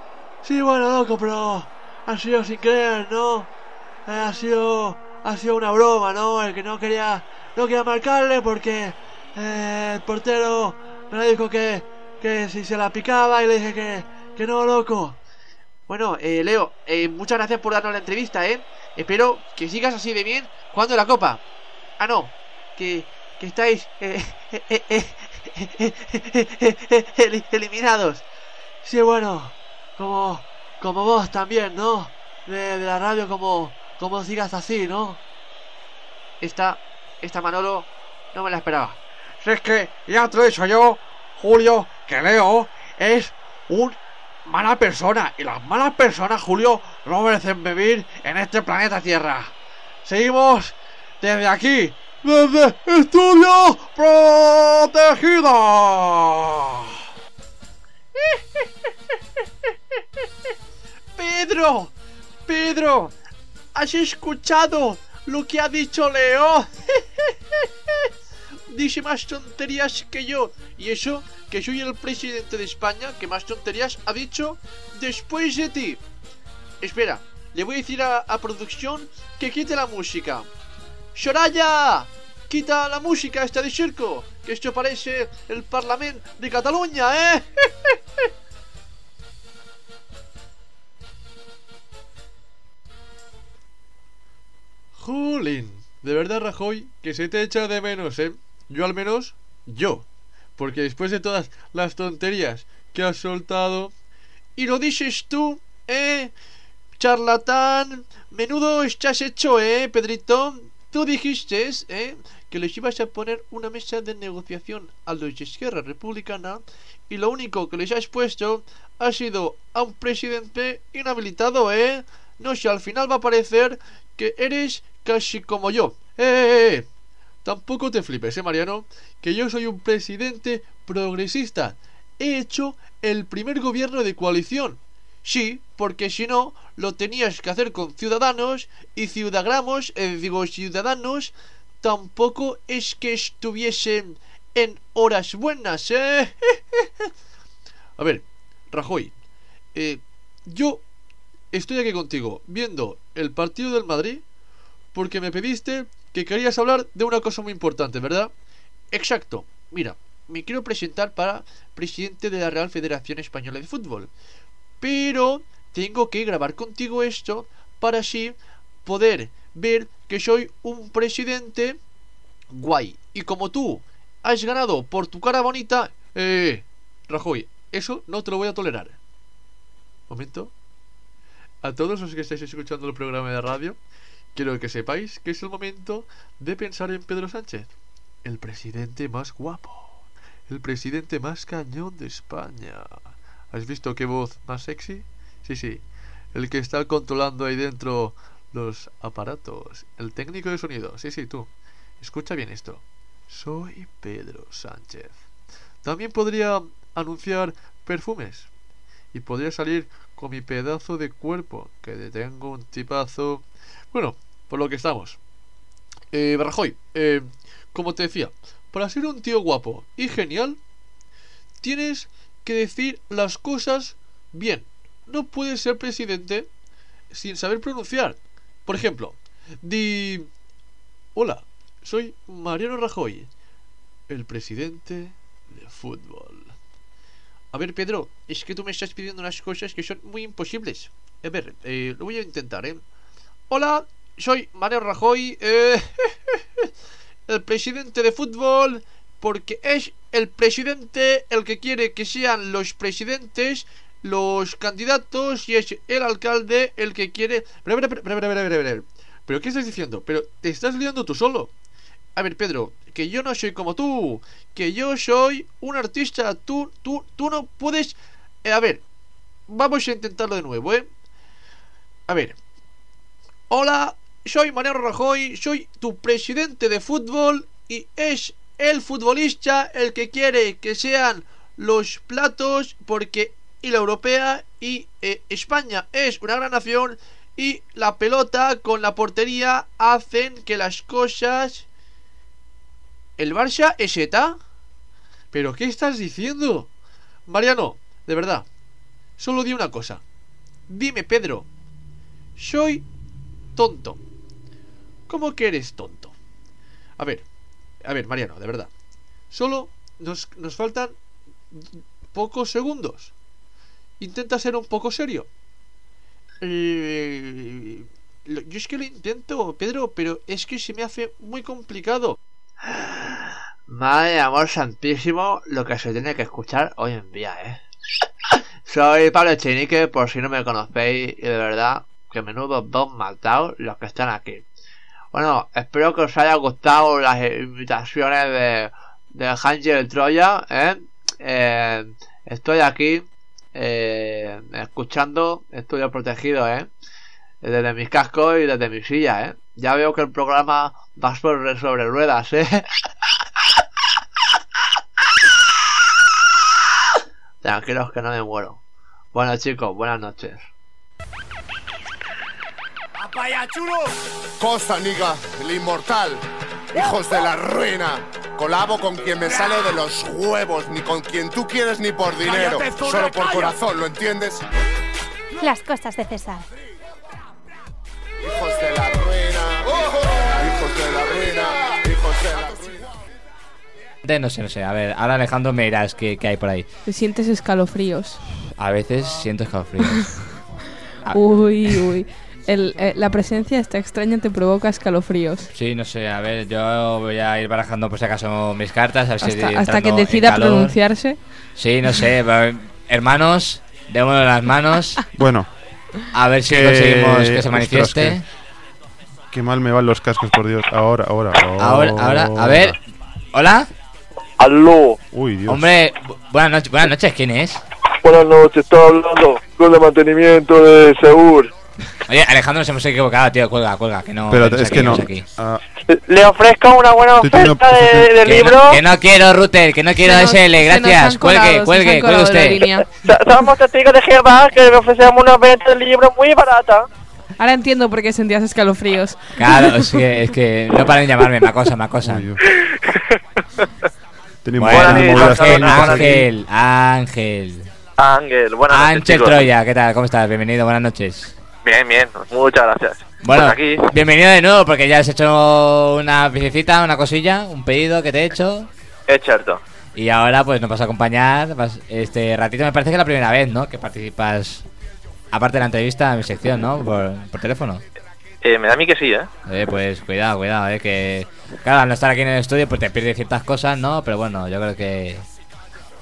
Speaker 9: Sí, bueno, loco, pero ha sido sin creer, ¿no? Eh, ha sido ha sido una broma, ¿no? El que no quería no quería marcarle porque eh, el portero me dijo que, que si se la picaba y le dije que, que no, loco. Bueno, eh, Leo, eh, muchas gracias por darnos la entrevista, ¿eh? Espero que sigas así de bien jugando la copa. Ah, no, que, que estáis eh, eh, eh, eh, eh, eh, eh, eli- eliminados. Sí, bueno, como, como vos también, ¿no? De, de la radio, como, como sigas así, ¿no? Esta, esta Manolo no me la esperaba. Si es que ya te lo he dicho yo, Julio, que Leo es un mala persona. Y las malas personas, Julio, no merecen vivir en este planeta Tierra. Seguimos desde aquí, desde Estudio Protegido. Pedro, Pedro, ¿has escuchado lo que ha dicho Leo? Dice más tonterías que yo. Y eso, que soy el presidente de España, que más tonterías ha dicho después de ti. Espera, le voy a decir a, a producción que quite la música. ¡Soraya! Quita la música esta de circo, que esto parece el Parlamento de Cataluña, ¿eh? Jolín, de verdad Rajoy, que se te echa de menos, ¿eh? Yo al menos, yo. Porque después de todas las tonterías que has soltado... Y lo dices tú, ¿eh? Charlatán, menudo estás hecho, ¿eh, Pedrito? Tú dijiste, ¿eh? Que les ibas a poner una mesa de negociación a los de Esquerra Republicana y lo único que les has puesto ha sido a un presidente inhabilitado, ¿eh? No sé, al final va a parecer que eres casi como yo. ¡Eh, eh, eh! Tampoco te flipes, ¿eh, Mariano? Que yo soy un presidente progresista. He hecho el primer gobierno de coalición. Sí, porque si no, lo tenías que hacer con ciudadanos y ciudadanos, eh, digo, ciudadanos, tampoco es que estuviesen en horas buenas, ¿eh? A ver, Rajoy, eh, yo estoy aquí contigo viendo el partido del Madrid porque me pediste que querías hablar de una cosa muy importante, ¿verdad? Exacto. Mira, me quiero presentar para presidente de la Real Federación Española de Fútbol. Pero tengo que grabar contigo esto para así poder ver que soy un presidente guay. Y como tú has ganado por tu cara bonita, eh, Rajoy, eso no te lo voy a tolerar. Momento a todos los que estáis escuchando el programa de radio, quiero que sepáis que es el momento de pensar en Pedro Sánchez, el presidente más guapo, el presidente más cañón de España. ¿Has visto qué voz más sexy? Sí, sí, el que está controlando ahí dentro los aparatos, el técnico de sonido, sí, sí, tú. Escucha bien esto. Soy Pedro Sánchez. También podría anunciar perfumes y podría salir con mi pedazo de cuerpo, que detengo un tipazo. Bueno, por lo que estamos. Eh, Rajoy, eh, como te decía, para ser un tío guapo y genial, tienes que decir las cosas bien. No puedes ser presidente sin saber pronunciar. Por ejemplo, di... Hola, soy Mariano Rajoy, el presidente de fútbol. A ver, Pedro, es que tú me estás pidiendo unas cosas que son muy imposibles. A ver, eh, lo voy a intentar, ¿eh? Hola, soy Mario Rajoy, eh, el presidente de fútbol, porque es el presidente el que quiere que sean los presidentes los candidatos y es el alcalde el que quiere... Pero, pero, pero, pero, pero, pero, pero, pero, ¿pero ¿qué estás diciendo? Pero te estás liando tú solo. A ver, Pedro, que yo no soy como tú, que yo soy un artista, tú, tú, tú no puedes... Eh, a ver, vamos a intentarlo de nuevo, ¿eh? A ver. Hola, soy Mariano Rajoy, soy tu presidente de fútbol y es el futbolista el que quiere que sean los platos porque y la europea y eh, España es una gran nación y la pelota con la portería hacen que las cosas... ¿El Barça es ETA? ¿Pero qué estás diciendo? Mariano, de verdad, solo di una cosa. Dime, Pedro, soy tonto. ¿Cómo que eres tonto? A ver, a ver, Mariano, de verdad. Solo nos, nos faltan pocos segundos. Intenta ser un poco serio. Eh, lo- yo es que lo intento, Pedro, pero es que se me hace muy complicado. Madre de amor santísimo, lo que se tiene que escuchar hoy en día, ¿eh? Soy Pablo Chinique, por si no me conocéis, y de verdad, que menudo dos matados los que están aquí. Bueno, espero que os haya gustado las invitaciones de, de Hangel Troya, ¿eh? Eh, Estoy aquí, eh, escuchando Estudio Protegido, ¿eh? Desde mis cascos y desde mi silla, ¿eh? Ya veo que el programa va sobre, sobre ruedas, ¿eh? Tranquilos que no me muero. Bueno chicos, buenas noches.
Speaker 11: Costa Niga, el inmortal. Hijos de la ruina. Colabo con quien me sale de los huevos, ni con quien tú quieres ni por dinero.
Speaker 7: Cállate, Zurra,
Speaker 11: Solo por
Speaker 7: cállate.
Speaker 11: corazón, ¿lo entiendes?
Speaker 7: Las cosas de César.
Speaker 11: Hijos de la ruina. Hijos de la ruina. Hijos de la ruina.
Speaker 2: De- No sé, no sé. A ver, ahora Alejandro me dirás qué, qué hay por ahí.
Speaker 4: Te sientes escalofríos.
Speaker 2: A veces siento escalofríos. Ah.
Speaker 4: Uy, uy. El- eh, la presencia esta extraña te provoca escalofríos.
Speaker 2: Sí, no sé, a ver, yo voy a ir barajando por si acaso mis cartas, a ver si
Speaker 4: Hasta,
Speaker 2: estoy
Speaker 4: hasta que
Speaker 2: entrando en
Speaker 4: decida
Speaker 2: calor.
Speaker 4: pronunciarse.
Speaker 2: Sí, no sé, va- hermanos, démonos las manos,
Speaker 3: Bueno,
Speaker 2: a ver si
Speaker 3: Que-
Speaker 2: conseguimos que se
Speaker 3: ostras,
Speaker 2: manifieste.
Speaker 3: qué mal me van los cascos, por Dios. Ahora, ahora,
Speaker 2: Ahora, ahora, a ver, hola,
Speaker 12: Aló,
Speaker 3: Uy, Dios.
Speaker 2: hombre, bu- buenas noches, buenas noches, ¿quién es?
Speaker 12: buenas noches, estaba hablando con el mantenimiento de Segur.
Speaker 2: Oye, Alejandro, nos hemos equivocado, tío, cuelga, cuelga, que no.
Speaker 3: Pero
Speaker 2: no
Speaker 3: es
Speaker 2: sé
Speaker 3: que
Speaker 2: quién
Speaker 3: no.
Speaker 2: aquí.
Speaker 3: Ah,
Speaker 12: Le ofrezco una buena
Speaker 3: Estoy teniendo
Speaker 12: oferta de,
Speaker 3: posición-
Speaker 12: de
Speaker 2: Que
Speaker 12: libro.
Speaker 2: no, que no quiero router, que no quiero
Speaker 4: Se nos-
Speaker 2: SL,
Speaker 4: se nos han
Speaker 2: gracias.
Speaker 4: colado, se
Speaker 2: Cuelgue,
Speaker 4: nos han
Speaker 2: cuelgue, cuelgue
Speaker 4: colado de la
Speaker 2: usted.
Speaker 4: línea.
Speaker 12: So- Somos testigos de Jehová que le ofrecemos una venta de libro muy barata.
Speaker 4: Ahora entiendo por qué sentías escalofríos.
Speaker 2: Claro, es que, es que no paran de llamarme, me acosan, me acosan.
Speaker 3: Dios.
Speaker 2: Bueno,
Speaker 3: Tenemos unas
Speaker 12: Buenas
Speaker 3: movidas
Speaker 12: noches,
Speaker 2: Ángel,
Speaker 12: buenas
Speaker 3: técnicas
Speaker 12: noches.
Speaker 3: aquí.
Speaker 2: Ángel, Ángel.
Speaker 12: Ángel, buenas noches.
Speaker 2: Ángel
Speaker 12: chicos.
Speaker 2: Troya, ¿qué tal? ¿Cómo estás? Bienvenido, buenas noches.
Speaker 12: Bien, bien, muchas gracias.
Speaker 2: Bueno,
Speaker 12: Pues aquí.
Speaker 2: bienvenido de nuevo porque ya has hecho una visita, una cosilla, un pedido que te he hecho.
Speaker 12: Es cierto.
Speaker 2: Y ahora pues nos vas a acompañar vas- este ratito. Me parece que es la primera vez, ¿no? Que participas, aparte de la entrevista, en mi sección, ¿no? Por, por teléfono.
Speaker 12: Eh, me da a mí que sí, ¿eh?
Speaker 2: Eh, pues cuidado, cuidado, eh, que... Claro, al no estar aquí en el estudio pues te pierdes ciertas cosas, ¿no? Pero bueno, yo creo que...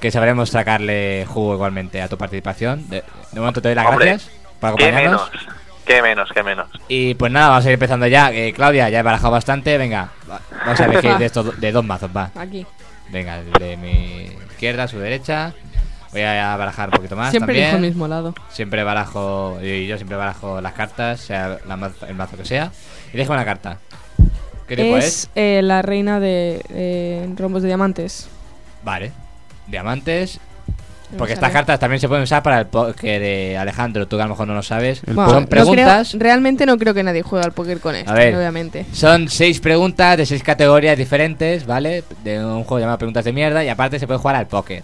Speaker 2: Que sabremos sacarle jugo igualmente a tu participación. De, de momento te doy las
Speaker 12: Hombre,
Speaker 2: gracias por
Speaker 12: Qué
Speaker 2: acompañarnos.
Speaker 12: menos, qué menos, qué menos.
Speaker 2: Y pues nada, vamos a ir empezando ya. Eh, Claudia, ya he barajado bastante. Venga, va- vamos a elegir de, estos, do- de dos mazos, va.
Speaker 4: Aquí.
Speaker 2: Venga, el de mi izquierda, su derecha. Voy a barajar un poquito más
Speaker 4: Siempre elijo el
Speaker 2: también.
Speaker 4: mismo lado.
Speaker 2: Siempre barajo, y yo siempre barajo las cartas, sea la mazo- el mazo que sea. Y dejo una carta. ¿Qué tipo es?
Speaker 4: Es eh, la reina de eh, rombos de diamantes.
Speaker 2: Vale. Diamantes. Porque estas cartas también se pueden usar para el póker de Alejandro, tú que a lo mejor no lo sabes.
Speaker 4: Bueno,
Speaker 2: Son
Speaker 4: no
Speaker 2: preguntas.
Speaker 4: creo- realmente no creo que nadie juegue al póker con esto,
Speaker 2: A ver.
Speaker 4: obviamente.
Speaker 2: Son seis preguntas de seis categorías diferentes, ¿vale? De un juego llamado Preguntas de Mierda y aparte se puede jugar al póker.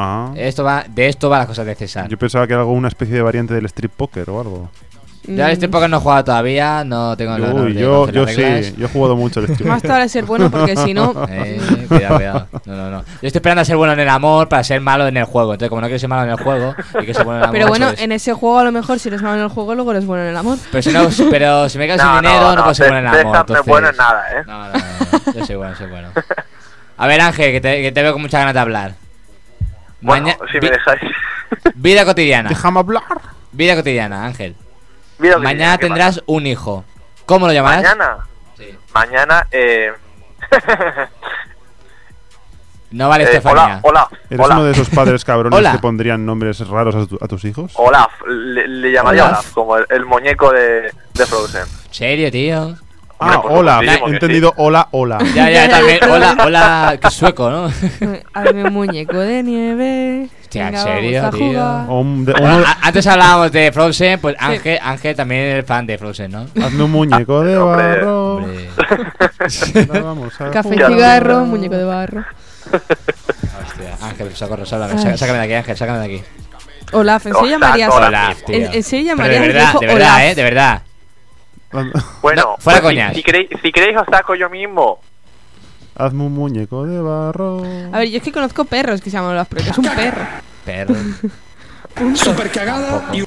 Speaker 3: Ah.
Speaker 2: Esto va, de esto va las cosas de César.
Speaker 3: Yo pensaba que era alguna especie de variante del strip poker o algo.
Speaker 2: Yo
Speaker 4: Mm,
Speaker 2: al strip poker este no he jugado todavía, no tengo el honor
Speaker 3: Uy,
Speaker 2: de
Speaker 3: yo,
Speaker 2: conocer
Speaker 3: yo
Speaker 2: las
Speaker 3: sí,
Speaker 2: reglas.
Speaker 3: yo he jugado mucho al strip
Speaker 4: Más te vale ser bueno porque si no-
Speaker 2: Eh, cuidado, cuidado. No, no, no. Yo estoy esperando a ser bueno en el amor para ser malo en el juego. Entonces, como no quiero ser malo en el juego, y que ser bueno en el amor.
Speaker 4: Pero bueno,
Speaker 2: pues-
Speaker 4: en ese juego a lo mejor si eres malo en el juego, luego eres bueno en el amor.
Speaker 2: Pero si, no, pero si me quedo sin
Speaker 4: No, no,
Speaker 2: dinero, no,
Speaker 4: no,
Speaker 2: puedo ser
Speaker 4: Cés-
Speaker 2: bueno en el amor.
Speaker 4: César no es bueno en
Speaker 2: entonces-
Speaker 4: nada, ¿eh?
Speaker 2: No, no, no, no, Yo soy bueno, soy bueno. A ver, Ángel, que te, que te veo con muchas ganas de hablar.
Speaker 12: Bueno,
Speaker 2: Maña-
Speaker 12: si me
Speaker 2: vi-
Speaker 12: dejáis.
Speaker 2: Vida cotidiana.
Speaker 3: Déjame hablar.
Speaker 2: Vida cotidiana, Ángel.
Speaker 12: Vida cotidiana,
Speaker 2: Mañana
Speaker 12: ¿qué
Speaker 2: tendrás un hijo. ¿Cómo lo llamarás?
Speaker 12: Mañana. Mañana, eh.
Speaker 2: No vale,
Speaker 12: Eh,
Speaker 2: Estefanía.
Speaker 12: hola,
Speaker 3: ¿Eres uno de esos padres cabrones
Speaker 12: Hola.
Speaker 3: que pondrían nombres raros a, tu- a tus hijos?
Speaker 12: Olaf, le, le llamaría
Speaker 3: Olaf.
Speaker 12: Olaf, como el, el muñeco de, de Frozen.
Speaker 2: serio, tío?
Speaker 3: Ah,
Speaker 12: por
Speaker 3: hola.
Speaker 12: supuestísimo
Speaker 3: He
Speaker 12: que
Speaker 3: entendido hola, hola.
Speaker 2: Ya, ya, también. Hola, hola, que sueco, ¿no?
Speaker 4: Hazme un muñeco de nieve.
Speaker 2: Hostia, ¿en
Speaker 4: Venga, vamos
Speaker 2: serio,
Speaker 4: a
Speaker 2: tío?
Speaker 4: jugar.
Speaker 2: A- a- Antes hablábamos de Frozen, pues Ángel, Ángel también es fan de Frozen, ¿no?
Speaker 3: Hazme un muñeco de barro. Anda, vamos a
Speaker 4: Café y
Speaker 3: jugar.
Speaker 4: cigarro, muñeco de barro.
Speaker 2: Hostia, Ángel, socorro, sálvame,
Speaker 4: Ay.
Speaker 2: sá- sácame de aquí, Ángel, sácame de aquí.
Speaker 4: Olaf, ¿en serio llamarías?
Speaker 2: Olaf, tío.
Speaker 4: ¿En, en serio
Speaker 2: Pero
Speaker 4: llamarías?
Speaker 2: de
Speaker 4: al
Speaker 2: verdad,
Speaker 4: hijo
Speaker 2: de verdad,
Speaker 4: Olaf?
Speaker 2: eh, de verdad.
Speaker 12: Bueno, pues,
Speaker 2: fuera
Speaker 12: si-
Speaker 2: coñas.
Speaker 12: Si, queréis, si queréis os saco yo mismo.
Speaker 3: Hazme un muñeco de barro.
Speaker 4: A ver, yo es que conozco perros que se llaman Olaf, pero que es un perro.
Speaker 2: Perro.
Speaker 13: Super cagada y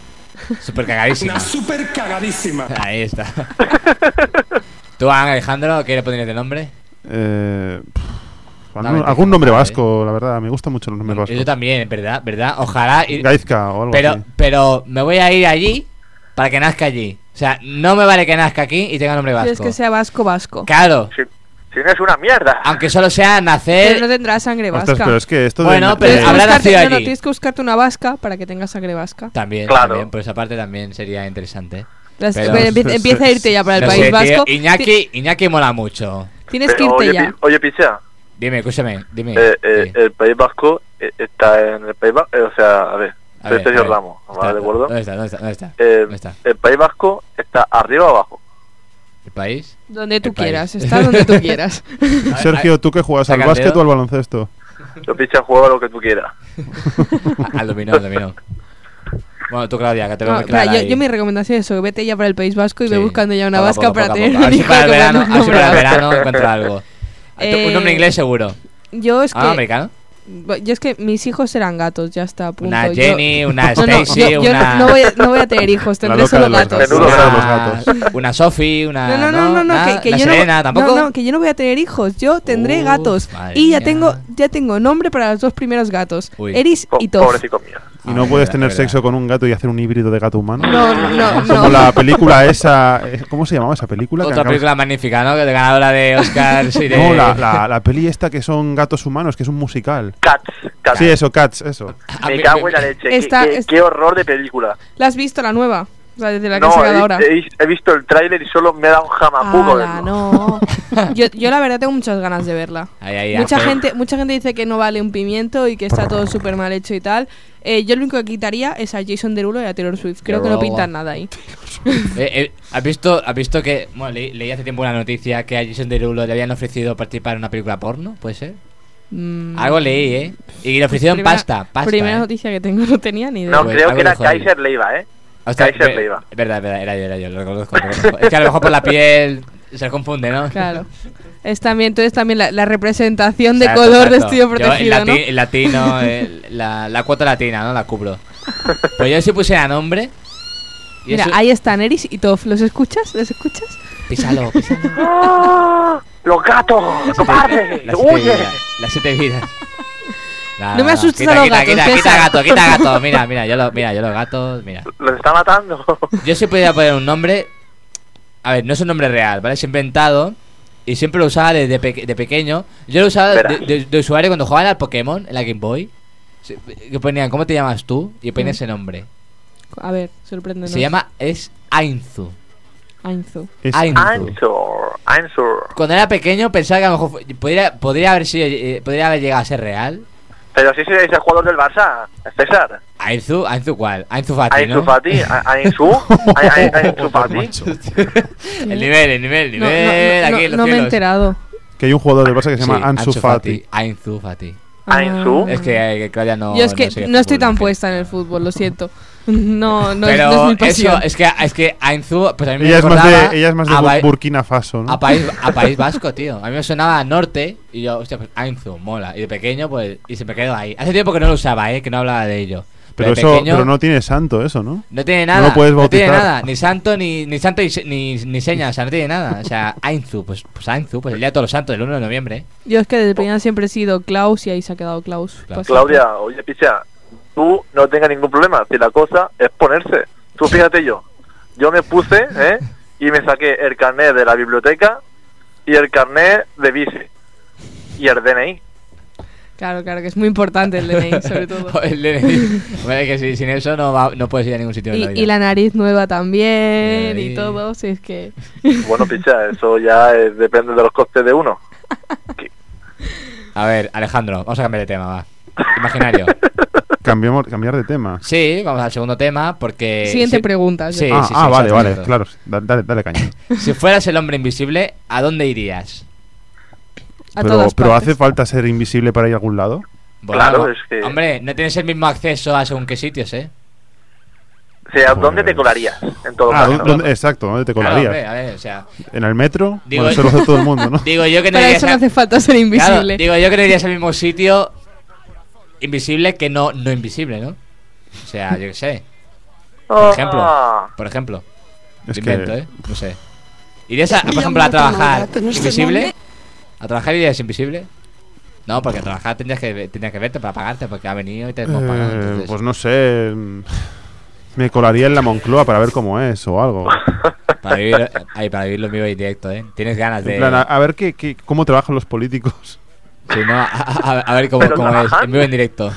Speaker 2: Súper cagadísimo.
Speaker 13: una super cagadísima.
Speaker 2: Ahí está. ¿Tú, Alejandro, qué le pondrías de nombre?
Speaker 3: Eh, pff, algún,
Speaker 2: Dame,
Speaker 3: algún nombre
Speaker 2: vale.
Speaker 3: vasco, la verdad. Me gustan mucho los nombres
Speaker 2: Yo
Speaker 3: vascos.
Speaker 2: también, ¿verdad? ¿Verdad? Ojalá. ir-
Speaker 3: Gaizka o algo
Speaker 2: Pero,
Speaker 3: así.
Speaker 2: pero me voy a ir allí para que nazca allí. O sea, no me vale que nazca aquí y tenga nombre
Speaker 4: Quieres
Speaker 2: vasco.
Speaker 4: que sea vasco, vasco.
Speaker 2: Claro.
Speaker 12: Si no es una mierda.
Speaker 2: Aunque solo sea nacer.
Speaker 4: Pero no tendrá sangre
Speaker 2: Ostras,
Speaker 4: vasca.
Speaker 2: pero es que esto de- Bueno, pero
Speaker 3: eh,
Speaker 4: Tienes que
Speaker 2: habrá
Speaker 4: buscarte-
Speaker 2: nacido
Speaker 4: no, no,
Speaker 2: allí.
Speaker 4: tienes que buscarte una vasca para que tenga sangre vasca.
Speaker 2: También,
Speaker 12: Claro.
Speaker 2: también, por esa parte también sería interesante.
Speaker 4: Las- ve- empie- empieza a irte ya para el
Speaker 2: No
Speaker 4: País
Speaker 2: sé, tío,
Speaker 4: Vasco.
Speaker 2: Iñaki, Iñaki mola mucho.
Speaker 4: Tienes que irte
Speaker 12: oye,
Speaker 4: ya.
Speaker 12: pi- Oye, Picha,
Speaker 2: Dime, escúchame, dime.
Speaker 12: eh, eh, el País Vasco eh, está en el País Vasco. o sea, a ver,
Speaker 2: A
Speaker 12: soy
Speaker 2: ver,
Speaker 12: Sergio
Speaker 2: a ver.
Speaker 12: Ramos, ¿vale?
Speaker 2: Está-
Speaker 12: ¿De acuerdo?
Speaker 2: ¿Dónde está? ¿Dónde está? ¿Dónde está?
Speaker 12: Eh,
Speaker 2: ¿Dónde está?
Speaker 12: El País Vasco está arriba o abajo.
Speaker 2: ¿El país?
Speaker 4: Donde tú
Speaker 2: El país.
Speaker 4: quieras, está donde tú quieras.
Speaker 3: Sergio, ¿tú qué juegas? ¿Al
Speaker 2: Saca el
Speaker 3: básquet
Speaker 2: dedo.
Speaker 3: o al baloncesto?
Speaker 12: Yo, Picha, juega lo que tú quieras.
Speaker 2: Ah, Al dominó, al dominó. Bueno, tú, Claudia, que te veo
Speaker 4: No,
Speaker 2: muy
Speaker 4: claro,
Speaker 2: clara
Speaker 4: yo,
Speaker 2: ahí.
Speaker 4: yo mi recomendación es eso, vete ya para el País Vasco y ve buscando ya una
Speaker 2: Poco a
Speaker 4: vasca
Speaker 2: poco,
Speaker 4: para
Speaker 2: poco a
Speaker 4: tener
Speaker 2: poco.
Speaker 4: un
Speaker 2: Así
Speaker 4: hijo
Speaker 2: para el
Speaker 4: con
Speaker 2: verano,
Speaker 4: un
Speaker 2: así
Speaker 4: nombre
Speaker 2: para el
Speaker 4: vasco.
Speaker 2: verano encuentro algo.
Speaker 4: Eh,
Speaker 2: Un nombre inglés seguro.
Speaker 4: Yo es que
Speaker 2: Ah, americano.
Speaker 4: yo es que mis hijos serán gatos, ya está. Punto.
Speaker 2: Una
Speaker 4: Yo-
Speaker 2: Jenny, una
Speaker 4: No, no, yo-
Speaker 2: Stacy,
Speaker 4: yo,
Speaker 2: una-
Speaker 4: no, voy a, no voy a tener hijos, tendré solo gatos.
Speaker 2: Una, una Sophie, una.
Speaker 4: No, no, no, no, no,
Speaker 2: nada,
Speaker 4: que, que
Speaker 2: la
Speaker 4: yo no-
Speaker 2: Serena,
Speaker 4: no,
Speaker 2: ¿tampoco?
Speaker 4: no, que yo no voy a tener hijos, yo tendré
Speaker 2: Uf,
Speaker 4: gatos
Speaker 2: madre
Speaker 4: y ya
Speaker 2: mía.
Speaker 4: tengo ya tengo nombre para los dos primeros gatos,
Speaker 2: Uy.
Speaker 4: Eris y Toff.
Speaker 3: ¿Y no puedes tener sexo con un gato y hacer un híbrido de gato humano?
Speaker 4: No, no,
Speaker 3: Como
Speaker 4: no.
Speaker 3: la película esa... eh, ¿Cómo se llamaba esa película? que
Speaker 2: Otra
Speaker 3: acabas-
Speaker 2: película magnífica, ¿no? Que de ganadora de Oscars y de.
Speaker 3: No, la, la, la peli esta que son gatos humanos, que es un musical.
Speaker 12: Cats. Cats.
Speaker 3: Sí, eso, Cats, eso.
Speaker 2: Ah,
Speaker 12: Me cago en la leche. Qué-
Speaker 4: Está-
Speaker 12: qué-
Speaker 4: es-
Speaker 12: qué horror de película.
Speaker 4: ¿La has visto la nueva? La de la que
Speaker 12: No,
Speaker 4: han
Speaker 3: eh,
Speaker 4: sacado
Speaker 12: he,
Speaker 4: ahora.
Speaker 12: he- he visto el tráiler y solo me da un jamapuco.
Speaker 4: Ala, no. yo, yo la verdad tengo muchas ganas de verla.
Speaker 2: Ahí, ahí,
Speaker 4: mucha
Speaker 2: Ángel.
Speaker 4: gente mucha gente dice que no vale un pimiento y que está todo súper mal hecho y tal. Eh, yo lo único que quitaría es a Jason Derulo y a Taylor Swift. Creo que no
Speaker 2: Derulo.
Speaker 4: pintan nada ahí.
Speaker 2: Eh, eh, ¿has, visto, ¿Has visto que. Bueno, le- leí hace tiempo una noticia que a Jason Derulo le habían ofrecido participar en una película porno, ¿puede ser?
Speaker 4: Mm.
Speaker 2: Algo leí, ¿eh? Y le ofrecieron
Speaker 4: Primera-
Speaker 2: pasta, pasta.
Speaker 4: Primera
Speaker 2: ¿eh?
Speaker 4: noticia que tengo, no tenía ni idea.
Speaker 12: No,
Speaker 2: Pues,
Speaker 12: creo
Speaker 2: algo
Speaker 12: que era
Speaker 2: dijo ahí.
Speaker 12: Kaiser Leiva, ¿eh?
Speaker 2: Hostia,
Speaker 12: Kaiser
Speaker 2: ve-
Speaker 12: Leiva.
Speaker 2: Es verdad, es verdad, era yo, era yo, lo reconozco. lo reconozco. es que a lo mejor por la piel se les confunde, ¿no?
Speaker 4: Claro. Es también, entonces también la, la representación de
Speaker 2: Exacto,
Speaker 4: color de
Speaker 2: exacto.
Speaker 4: estudio
Speaker 2: Yo, el,
Speaker 4: protegido, ¿no?
Speaker 2: lati- el latino, el- la, la cuota latina, ¿no? La cubro. Pues yo si pusiera nombre. Y
Speaker 4: Mira,
Speaker 2: eso,
Speaker 4: ahí están Eris y Toff. ¿Los escuchas? ¿Los escuchas?
Speaker 2: Písalo, písalo.
Speaker 12: ¡Ah! ¡Los gatos! ¡Cobarde!
Speaker 2: Las siete
Speaker 12: ¡Huye!
Speaker 2: vidas. Las siete vidas. Nada,
Speaker 4: No me
Speaker 2: nada,
Speaker 4: asustes
Speaker 2: quita,
Speaker 4: a los
Speaker 2: quita,
Speaker 4: gatos,
Speaker 2: Quita, quita,
Speaker 4: César.
Speaker 2: gato, quita gato. Mira, mira, yo lo, mira, yo los gatos, mira.
Speaker 12: ¡Los está matando!
Speaker 2: Yo si pudiera poner un nombre. A ver, no es un nombre real, ¿vale? Es inventado. Y siempre lo usaba desde pe- de pequeño. Yo lo usaba de,
Speaker 12: Verás.
Speaker 2: de- de usuario cuando jugaban al Pokémon, en la Game Boy. Se- Que ponían, ¿cómo te llamas tú? Y ponía
Speaker 4: Mm.
Speaker 2: ese nombre.
Speaker 4: A ver, sorpréndenos.
Speaker 2: Se llama, es Ainzu.
Speaker 4: Ainzu.
Speaker 12: Answer, answer.
Speaker 2: Cuando era pequeño pensaba que a lo mejor fu- podría, podría haber sido, eh, podría haber llegado a ser real.
Speaker 14: Pero sí seréis el jugador del Barça, César.
Speaker 2: Ainzu, Ainzu cuál? Ainzu Fati,
Speaker 14: Ainsu
Speaker 2: ¿no?
Speaker 14: Fati, A- Ainsu, A- A- Ainsu Fati.
Speaker 2: El nivel, el nivel, el
Speaker 4: No, no,
Speaker 2: nivel.
Speaker 4: no, no,
Speaker 2: aquí en los
Speaker 4: no me he
Speaker 2: cielos.
Speaker 4: enterado.
Speaker 3: Que hay un jugador del Barça que se
Speaker 2: Sí,
Speaker 3: llama Ansu Fati.
Speaker 2: Ainzu Fati.
Speaker 4: Ah. Ainsu.
Speaker 2: Es que, eh, que Claudia no.
Speaker 4: Yo es que
Speaker 2: sigue
Speaker 4: no,
Speaker 2: fútbol.
Speaker 4: estoy tan puesta en el fútbol, lo siento. No, no, es-
Speaker 2: Pero
Speaker 4: no es mi pasión.
Speaker 2: eso, es que, es que Ainzu. Pues a mí me
Speaker 3: Ella es, más
Speaker 2: recordaba
Speaker 3: de, ella es más de
Speaker 2: a
Speaker 3: Bur-
Speaker 2: Ba-
Speaker 3: Burkina Faso, ¿no?
Speaker 2: A país, a país Vasco, tío. A mí me sonaba a norte y yo, hostia, pues Ainzu, mola. Y de pequeño, pues, y se me quedó ahí. Hace tiempo que no lo usaba, ¿eh? Que no hablaba de ello.
Speaker 3: Pero,
Speaker 2: de
Speaker 3: eso,
Speaker 2: pequeño-
Speaker 3: pero no tiene santo eso, ¿no?
Speaker 2: No tiene nada.
Speaker 3: No lo puedes bautizar.
Speaker 2: tiene nada. Ni santo, ni, ni santo y se- ni, ni seña. O sea, no tiene nada. O sea, Ainzu, pues, pues Ainzu, pues el día de todos los santos, el 1 de noviembre.
Speaker 4: Yo es que desde pequeña siempre he sido Klaus y ahí se ha quedado Klaus. Pues, Pasa.
Speaker 14: Claudia, oye, picha, tú no tengas ningún problema. Si la cosa es ponerse. Tú fíjate yo. Yo me puse, ¿eh? Y me saqué el carnet de la biblioteca y el carnet de bici. Y el DNI.
Speaker 4: Claro, claro, que es muy importante el DNI, sobre todo.
Speaker 2: el DNI. Hombre, que si- sin eso no, va- no puedes ir a ningún sitio. en
Speaker 4: Y,
Speaker 2: la vida.
Speaker 4: y la nariz nueva también
Speaker 2: Bien.
Speaker 4: y todo, si es que...
Speaker 14: Bueno, picha, eso ya es- depende de los costes de uno.
Speaker 2: A ver, Alejandro, vamos a cambiar de tema, va. Imaginario.
Speaker 3: Cambiamos, cambiar de tema.
Speaker 2: Sí, vamos al segundo tema porque...
Speaker 4: Siguiente
Speaker 2: si-
Speaker 4: pregunta,
Speaker 2: Eh, Sí,
Speaker 3: ah,
Speaker 2: sí, sí,
Speaker 3: ah, vale,
Speaker 2: exactamente.
Speaker 3: vale, claro. Da- Dale, dale caña.
Speaker 2: Si fueras el hombre invisible, ¿a dónde irías?
Speaker 4: A
Speaker 3: pero,
Speaker 2: todas
Speaker 3: pero
Speaker 2: partes.
Speaker 3: ¿hace falta ser invisible para ir a algún lado?
Speaker 2: Volamos.
Speaker 14: Claro, es que-
Speaker 2: Hombre, no tienes el mismo acceso a según qué sitios, ¿eh?
Speaker 14: O sea, ¿dónde te colarías? En todo
Speaker 3: Ah,
Speaker 14: caso.
Speaker 3: ¿dónde- dónde- exacto, ¿dónde te
Speaker 2: Claro,
Speaker 3: colarías?
Speaker 2: hombre, a ver, o sea...
Speaker 3: ¿En el metro?
Speaker 2: Digo-
Speaker 3: bueno, eso lo hace todo el mundo, ¿no?
Speaker 2: Digo yo que no
Speaker 4: Para
Speaker 2: irías
Speaker 4: eso no
Speaker 2: a-
Speaker 4: hace falta ser
Speaker 2: Claro,
Speaker 4: invisible.
Speaker 2: digo yo que no irías al mismo sitio invisible que no, no invisible, ¿no? O sea, yo qué sé. Por ejemplo, por ejemplo.
Speaker 3: Es
Speaker 2: Lo
Speaker 3: que-
Speaker 2: invento, ¿eh? No sé. ¿Irías, a, por ejemplo,
Speaker 3: no
Speaker 2: a trabajar
Speaker 3: tengo nada, no
Speaker 2: invisible?
Speaker 3: estoy
Speaker 2: ¿A trabajar irías invisible? No, porque a trabajar tendrías que, tendrías que verte para pagarte, porque ha venido y te hemos pagado.
Speaker 3: Eh,
Speaker 2: entonces.
Speaker 3: pues no sé. mm, Me colaría en la Moncloa para ver cómo es o algo.
Speaker 2: Para vivir, ay, para vivir lo mío y directo, ¿eh? Tienes ganas de...
Speaker 3: En plan, a, a ver qué, qué- cómo trabajan los políticos.
Speaker 2: Sí, no, a, a- a ver cómo,
Speaker 3: Pero
Speaker 2: cómo es.
Speaker 3: trabajan.
Speaker 2: En vivo en directo.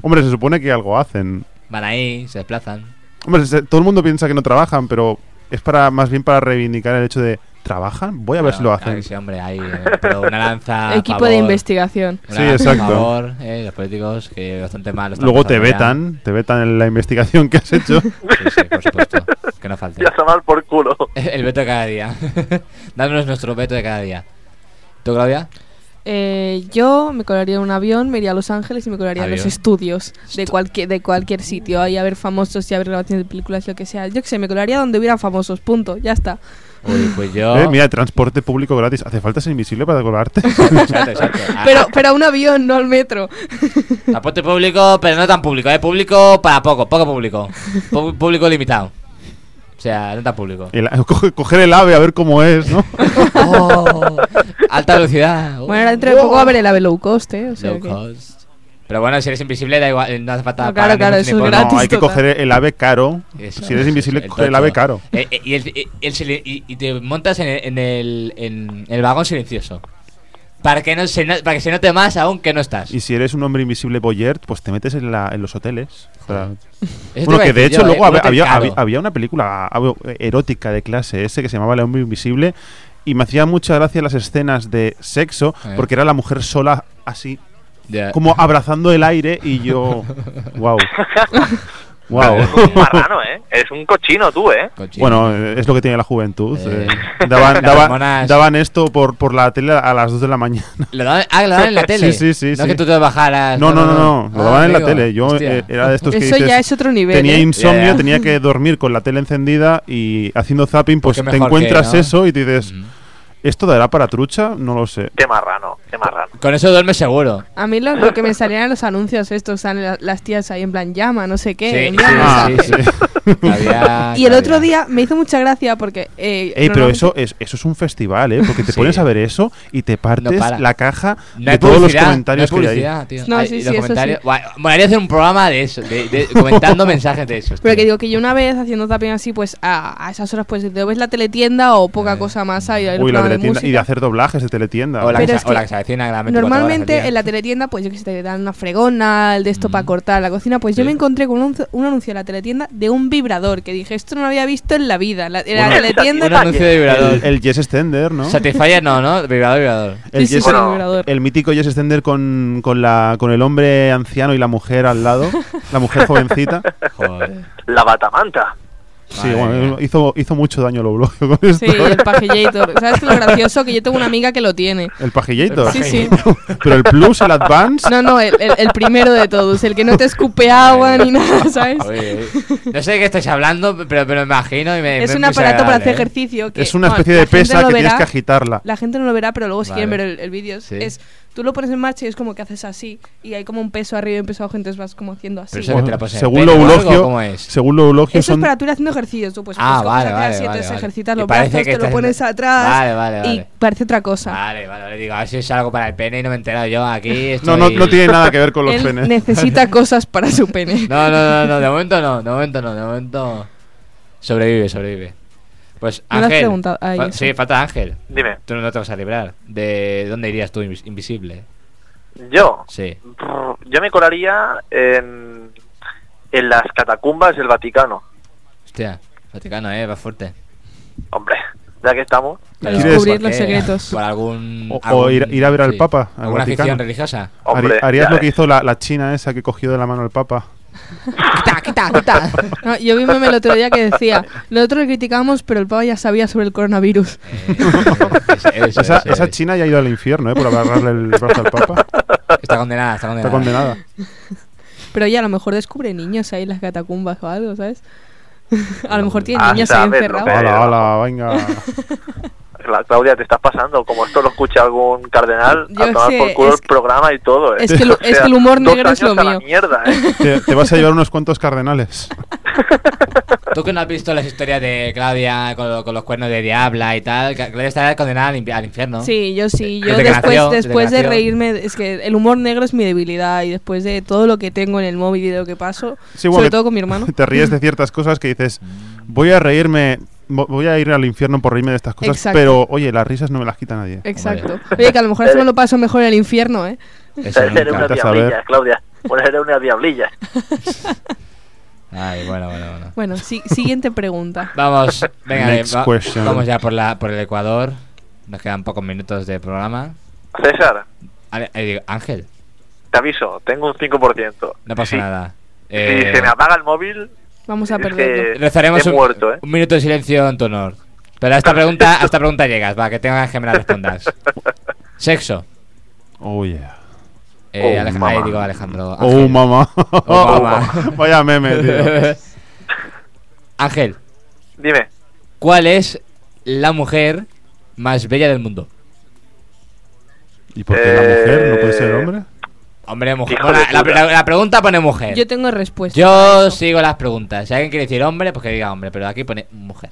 Speaker 3: Hombre, se supone que algo hacen.
Speaker 2: Van ahí, se desplazan.
Speaker 3: Hombre, se- todo el mundo piensa que no trabajan, pero es para más bien para reivindicar el hecho de ¿trabajan? Voy a ver si lo
Speaker 2: Ah, Claro
Speaker 3: hacen.
Speaker 2: que sí, hombre, ahí. eh, Pero una lanza. a
Speaker 4: Equipo
Speaker 2: ah, favor,
Speaker 4: de investigación.
Speaker 2: una
Speaker 3: Sí,
Speaker 2: lanza a
Speaker 3: exacto.
Speaker 2: favor, eh, los políticos, que bastante mal. lo están
Speaker 3: Luego te
Speaker 2: pasando ya.
Speaker 3: vetan, te vetan en la investigación que has hecho.
Speaker 2: Sí, por supuesto. Que no falte.
Speaker 14: Ya está mal por culo.
Speaker 2: El veto de cada día. Dándonos nuestro veto de cada día. ¿Tú, Claudia?
Speaker 4: Eh, yo me colaría en un avión, me iría a Los Ángeles y me colaría en los
Speaker 2: Avión.
Speaker 4: estudios de cualquier, de cualquier sitio, ahí a ver famosos y a ver grabaciones de películas, lo que sea. Yo que sé, me colaría donde hubiera famosos, punto, ya está.
Speaker 2: Uy, pues yo.
Speaker 3: Eh, mira, transporte público gratis. ¿Hace falta ser invisible para colarte?
Speaker 2: Exacto, exacto. Ah,
Speaker 4: Pero, pero a un avión, no al metro.
Speaker 2: Transporte público, pero no tan público, ¿eh? Público para poco, poco público. Pu- público limitado. O sea, no tan público.
Speaker 3: El- coge- coger el ave a ver cómo es, ¿no?
Speaker 2: Oh, Alta velocidad. Uh.
Speaker 4: Bueno, ahora dentro de poco abre el ave low cost, ¿eh? O sea
Speaker 2: Oh. Low
Speaker 4: que-
Speaker 2: cost. Pero bueno, si eres invisible, da igual, no hace falta. pagar
Speaker 4: No, claro, claro,
Speaker 2: ningún
Speaker 4: eso es
Speaker 2: tipo de-
Speaker 3: No, hay que coger el ave caro.
Speaker 2: Eso,
Speaker 3: si eres
Speaker 2: eso,
Speaker 3: invisible,
Speaker 2: eso,
Speaker 3: coge el ave
Speaker 2: tocho.
Speaker 3: caro.
Speaker 2: Eh, eh, y, el- eh, el silen- y- y te montas en el, en el, en el vagón silencioso. Para que, no se, no- para que se note más aún que no estás.
Speaker 3: Y si eres un hombre invisible Boyert, pues te metes en, la- en los hoteles. Para-
Speaker 2: Eso te iba
Speaker 3: Bueno,
Speaker 2: a
Speaker 3: que de
Speaker 2: decir
Speaker 3: hecho
Speaker 2: yo,
Speaker 3: luego
Speaker 2: ¿eh?
Speaker 3: había,
Speaker 2: Un hotel
Speaker 3: había-
Speaker 2: caro.
Speaker 3: había- había una película algo eh, erótica de clase S que se llamaba El hombre invisible y me hacía mucha gracia las escenas de sexo
Speaker 2: Eh.
Speaker 3: porque era la mujer sola así,
Speaker 2: Ya.
Speaker 3: como abrazando el aire y yo... wow. wow.
Speaker 14: Eres un marrano, ¿eh? Eres un cochino tú, ¿eh?
Speaker 3: Bueno, eh, es lo que tiene la juventud.
Speaker 2: Eh.
Speaker 3: eh. Daban,
Speaker 2: Las
Speaker 3: daban-
Speaker 2: hormonas.
Speaker 3: daban esto por, por la tele a las 2 de la mañana.
Speaker 2: ¿Lo daban, ah, lo daban en la tele.
Speaker 3: Sí, sí, sí,
Speaker 2: No es
Speaker 3: sí.
Speaker 2: que tú te bajaras.
Speaker 3: No, no, no, no, lo
Speaker 2: Ah,
Speaker 3: daban en la
Speaker 2: amigo.
Speaker 3: tele. Yo
Speaker 2: Hostia.
Speaker 3: eh, era de estos que
Speaker 4: Eso ya
Speaker 3: dices,
Speaker 4: es otro nivel,
Speaker 3: Tenía
Speaker 4: ¿eh?
Speaker 3: insomnio,
Speaker 2: Ya, ya.
Speaker 3: tenía que dormir con la tele encendida y haciendo zapping, pues
Speaker 2: Porque
Speaker 3: te
Speaker 2: mejor
Speaker 3: encuentras
Speaker 2: que, ¿no?
Speaker 3: eso y te dices, ¿esto dará para trucha? No lo sé.
Speaker 14: Qué marrano, qué marrano.
Speaker 2: Con eso duermes seguro.
Speaker 4: A mí lo, lo que me salían en los anuncios estos, salen la- las tías ahí en plan llama, no sé qué.
Speaker 2: Sí,
Speaker 4: llama,
Speaker 2: sí,
Speaker 4: no sé
Speaker 3: Ah,
Speaker 2: sí,
Speaker 3: sí. Ah,
Speaker 2: Había-
Speaker 4: Y el otro día me hizo mucha gracia porque. Eh,
Speaker 3: Ey, pero
Speaker 4: normalmente-
Speaker 3: eso es, eso es un festival, ¿eh? Porque te
Speaker 2: Sí.
Speaker 3: pones a ver eso y te
Speaker 2: No
Speaker 3: partes
Speaker 2: para.
Speaker 3: la caja
Speaker 2: No hay
Speaker 3: de todos los
Speaker 2: publicidad,
Speaker 3: comentarios
Speaker 2: no hay
Speaker 3: que hay
Speaker 2: publicidad,
Speaker 3: ahí.
Speaker 2: tío.
Speaker 4: No,
Speaker 2: Ay,
Speaker 4: sí,
Speaker 2: y
Speaker 4: sí,
Speaker 2: los
Speaker 4: eso
Speaker 2: comentarios.
Speaker 4: sí.
Speaker 2: Guau, molaría hacer un programa de eso, de, de- comentando mensajes de esos.
Speaker 4: Pero
Speaker 2: tío.
Speaker 4: que digo que yo una vez haciendo tapping así, pues a, a esas horas, pues te ves la teletienda o poca cosa más hay. hay un
Speaker 3: Eh. Uy, la
Speaker 4: programa de
Speaker 3: teletienda. Y de
Speaker 4: música.
Speaker 3: hacer doblajes de teletienda.
Speaker 2: O la,
Speaker 4: Pero
Speaker 2: que se,
Speaker 4: es
Speaker 2: o la
Speaker 4: que
Speaker 2: que se avecina que la 24 horas al
Speaker 4: Normalmente
Speaker 2: día.
Speaker 4: en la teletienda, pues yo que sé,
Speaker 3: Mm.
Speaker 4: te dan una fregona, el de esto para cortar la cocina. Pues yo me encontré con un, anuncio- un anuncio en la teletienda de un vibrador, que dije, esto no lo había visto en la vida. La, era
Speaker 2: Bueno,
Speaker 4: la teletienda
Speaker 2: un anuncio de vibrador.
Speaker 3: El, el Yes Extender, ¿no?
Speaker 2: Satisfyer no, ¿no? Vibrador, vibrador.
Speaker 3: El, yes- el mítico Yes Extender con, con, la, con el hombre anciano y la mujer al lado, la mujer jovencita.
Speaker 14: La batamanta.
Speaker 3: Sí, bueno, hizo, hizo mucho daño lo blog con esto. ¿eh?
Speaker 4: Sí, el pagillator. ¿Sabes lo gracioso? Que yo tengo una amiga que lo tiene.
Speaker 3: El pagillator.
Speaker 4: Sí, sí.
Speaker 3: Pero el plus, el advance.
Speaker 4: No, no, el, el- el primero de todos, el que no te escupe agua ni nada, ¿sabes?
Speaker 2: Oye, no sé de qué estáis hablando, pero, pero me imagino y me
Speaker 4: Es
Speaker 2: me-
Speaker 4: un
Speaker 2: me
Speaker 4: aparato para hacer
Speaker 2: desagradable, ¿eh?
Speaker 4: ejercicio. Que,
Speaker 3: Es una especie
Speaker 4: la
Speaker 3: de pesa
Speaker 4: gente lo
Speaker 3: que tienes que agitarla.
Speaker 4: La gente no lo verá, pero luego si quieren
Speaker 3: Vale.
Speaker 4: ver el, el vídeo, es-
Speaker 3: Sí.
Speaker 4: es tú lo pones en marcha y es como que haces así y hay como un peso arriba y un peso abajo, entonces vas como haciendo así.
Speaker 2: Pero eso que te la pones en el
Speaker 3: según
Speaker 2: pene
Speaker 3: lo
Speaker 2: o algo,
Speaker 3: eulogio,
Speaker 2: ¿cómo es?
Speaker 3: según lo eulogio
Speaker 4: Eso es
Speaker 3: son
Speaker 4: para tú ir haciendo ejercicios. Tú pues,
Speaker 2: Ah,
Speaker 4: pues, coges
Speaker 2: vale,
Speaker 4: atrás
Speaker 2: vale,
Speaker 4: y
Speaker 2: vale,
Speaker 4: entonces
Speaker 2: vale.
Speaker 4: ejercitas
Speaker 2: Y
Speaker 4: los
Speaker 2: parece
Speaker 4: brazos,
Speaker 2: que
Speaker 4: te lo
Speaker 2: estás-
Speaker 4: pones atrás
Speaker 2: Vale, vale,
Speaker 4: y
Speaker 2: vale.
Speaker 4: parece otra cosa.
Speaker 2: Vale, vale, vale. Digo, a ver si es algo para el pene y no me he enterado yo aquí.
Speaker 3: No, no-
Speaker 2: estoy-
Speaker 3: no tiene nada que ver con
Speaker 4: Él necesita cosas para su pene.
Speaker 2: No, no, no, no, de momento no, de momento no, de momento sobrevive, sobrevive. Pues
Speaker 4: No lo has
Speaker 2: Ángel,
Speaker 4: preguntado. Ay,
Speaker 2: fa-
Speaker 4: eso.
Speaker 2: sí, falta Ángel.
Speaker 14: Dime.
Speaker 2: Tú no te vas a librar. ¿De dónde irías tú invis- invisible?
Speaker 14: Yo,
Speaker 2: Sí.
Speaker 14: brr, yo me colaría en, en las catacumbas del Vaticano.
Speaker 2: Hostia, Vaticano, eh, va fuerte.
Speaker 14: Hombre, ya que estamos.
Speaker 2: Pero-
Speaker 4: Descubrir los
Speaker 2: ¿por qué?
Speaker 4: secretos.
Speaker 2: Por algún,
Speaker 3: o, o
Speaker 2: algún-
Speaker 3: ir, ir a ver al
Speaker 2: sí.
Speaker 3: Papa. al
Speaker 2: ¿Alguna
Speaker 3: Vaticano.
Speaker 2: afición religiosa?
Speaker 3: Hari- harías lo que hizo la, la china esa que cogió de la mano al Papa.
Speaker 4: No, yo vi un meme el otro día que decía, nosotros lo criticamos, pero el pavo ya sabía sobre el coronavirus.
Speaker 2: Eh, eso,
Speaker 3: esa,
Speaker 2: eso,
Speaker 3: esa
Speaker 2: eso.
Speaker 3: china ya ha ido al infierno, ¿eh? Por agarrarle el brazo al Papa.
Speaker 2: Está condenada, está condenada.
Speaker 3: Está condenada.
Speaker 4: Pero ya a lo mejor descubre niños ahí en las catacumbas o algo, ¿sabes? A lo mejor tiene
Speaker 14: A
Speaker 4: niños ahí
Speaker 14: saberlo,
Speaker 4: encerrados.
Speaker 14: Pedro.
Speaker 3: Hala, hala, venga.
Speaker 14: La- Claudia, te estás pasando. Como esto lo escucha algún cardenal,
Speaker 4: Yo
Speaker 14: a tomar
Speaker 4: sé,
Speaker 14: por culo
Speaker 4: es
Speaker 14: el programa y todo. ¿eh?
Speaker 4: es que el-
Speaker 14: O
Speaker 4: es que el humor
Speaker 14: dos
Speaker 4: negro es
Speaker 14: años
Speaker 4: lo
Speaker 14: a la
Speaker 4: mío.
Speaker 14: mierda, ¿eh?
Speaker 3: Te, te vas a llevar unos cuantos cardenales.
Speaker 2: Tú que no has visto las historias de Claudia con, lo- con los cuernos de Diabla y tal, Cla- Claudia está condenada al, impi- al infierno.
Speaker 4: Sí, yo sí. Yo
Speaker 2: Desde que
Speaker 4: después,
Speaker 2: nació, desde
Speaker 4: después
Speaker 2: que
Speaker 4: de
Speaker 2: nació.
Speaker 4: reírme, es que el humor negro es mi debilidad y después de todo lo que tengo en el móvil y de lo que paso,
Speaker 3: Sí, bueno,
Speaker 4: sobre
Speaker 3: que
Speaker 4: todo con mi hermano.
Speaker 3: Te ríes de ciertas cosas que dices, voy a reírme, vo- voy a ir al infierno por reírme de estas cosas,
Speaker 4: Exacto.
Speaker 3: pero oye, las risas no me las quita nadie.
Speaker 4: Exacto. Oye, que a lo mejor así me lo paso mejor en el infierno, ¿eh?
Speaker 3: Eso
Speaker 14: Eres
Speaker 3: nunca.
Speaker 14: una
Speaker 3: Vete a saber.
Speaker 14: diablilla, Claudia. Bueno, eres una diablilla.
Speaker 2: Ay, bueno, bueno, bueno.
Speaker 4: Bueno, sí- siguiente pregunta.
Speaker 2: Vamos, venga,
Speaker 3: Next
Speaker 2: eh, va-
Speaker 3: question.
Speaker 2: vamos ya por, la, por el Ecuador. Nos quedan pocos minutos de programa.
Speaker 14: César,
Speaker 2: Ale- eh, digo, Ángel,
Speaker 14: te aviso, tengo un 5%.
Speaker 2: no pasa
Speaker 14: Sí.
Speaker 2: nada. Eh,
Speaker 14: Si se me apaga el móvil,
Speaker 4: Vamos a
Speaker 14: es
Speaker 4: perderlo.
Speaker 14: que
Speaker 2: Rezaremos
Speaker 14: he
Speaker 2: un,
Speaker 14: muerto, ¿eh?
Speaker 2: un minuto de silencio en tu honor. Pero a esta pregunta, a esta pregunta llegas, va, que tengas que me la respondas. Sexo.
Speaker 3: Oh, yeah.
Speaker 2: Eh,
Speaker 3: Oh,
Speaker 2: Alej-
Speaker 3: mamá.
Speaker 2: ahí digo Alejandro.
Speaker 3: Oh,
Speaker 2: Ángel.
Speaker 3: mamá.
Speaker 2: Oh, mamá.
Speaker 3: Vaya meme, tío.
Speaker 2: Ángel,
Speaker 14: Dime,
Speaker 2: ¿cuál es la mujer más bella del mundo?
Speaker 3: ¿Y por qué la
Speaker 2: Eh,
Speaker 3: mujer? ¿No puede ser hombre?
Speaker 2: Hombre, mujer.
Speaker 14: Hijo
Speaker 2: Bueno,
Speaker 14: de
Speaker 2: la,
Speaker 14: puta.
Speaker 2: la- la pregunta pone mujer.
Speaker 4: Yo tengo respuesta.
Speaker 2: Yo sigo las preguntas. Si alguien quiere decir hombre, pues que diga hombre, pero aquí pone mujer.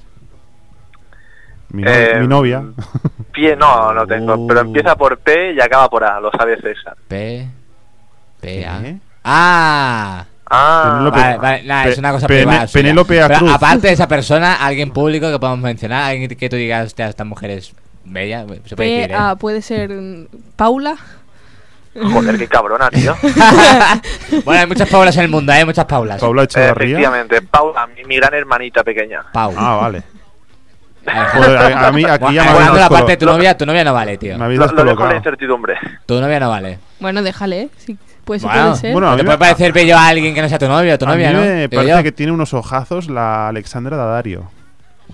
Speaker 3: Mi, no-
Speaker 2: eh,
Speaker 3: mi novia.
Speaker 14: pie, no, no tengo. Pero empieza por P y acaba por A, lo sabe César.
Speaker 2: P. P. A. Ah.
Speaker 14: Ah,
Speaker 3: Penélope-
Speaker 2: vale, vale, nada,
Speaker 3: Pe-
Speaker 2: es una cosa
Speaker 3: Pene-
Speaker 2: privada. suya.
Speaker 3: Penélope A.
Speaker 2: Pero
Speaker 3: Cruz.
Speaker 2: Aparte de esa persona, alguien público que podamos mencionar, alguien que tú digas, hostia, esta mujer es bella, se puede
Speaker 4: Pe-
Speaker 2: decir, ¿eh?
Speaker 4: ah, puede ser mm, Paula.
Speaker 14: joder, qué cabrona, tío.
Speaker 2: Bueno, hay muchas Paulas en el mundo, ¿eh? Muchas Paulas.
Speaker 3: Paula Echevarría.
Speaker 14: Efectivamente, Paula, mi, mi gran hermanita pequeña.
Speaker 2: Pau.
Speaker 3: Ah, vale.
Speaker 2: Alejandro.
Speaker 3: Joder, a, a mí aquí ya me habéis
Speaker 2: Alejandro, la parte de tu
Speaker 3: descolo-
Speaker 2: novia, tu novia no vale, tío.
Speaker 3: me habéis
Speaker 14: Lo, lo dejo en la
Speaker 3: descolocado.
Speaker 14: incertidumbre.
Speaker 2: Tu novia no vale.
Speaker 4: Bueno, déjale, ¿eh? Si- pues
Speaker 2: Bueno,
Speaker 4: puede ser.
Speaker 3: Ah, Bueno, a
Speaker 2: ¿Te
Speaker 3: mí
Speaker 2: puede
Speaker 3: me-
Speaker 2: parecer bello a alguien que no sea tu novio o tu
Speaker 3: A mí
Speaker 2: novia, no?
Speaker 3: me
Speaker 2: Digo
Speaker 3: parece
Speaker 2: yo.
Speaker 3: que tiene unos ojazos la Alexandra Daddario.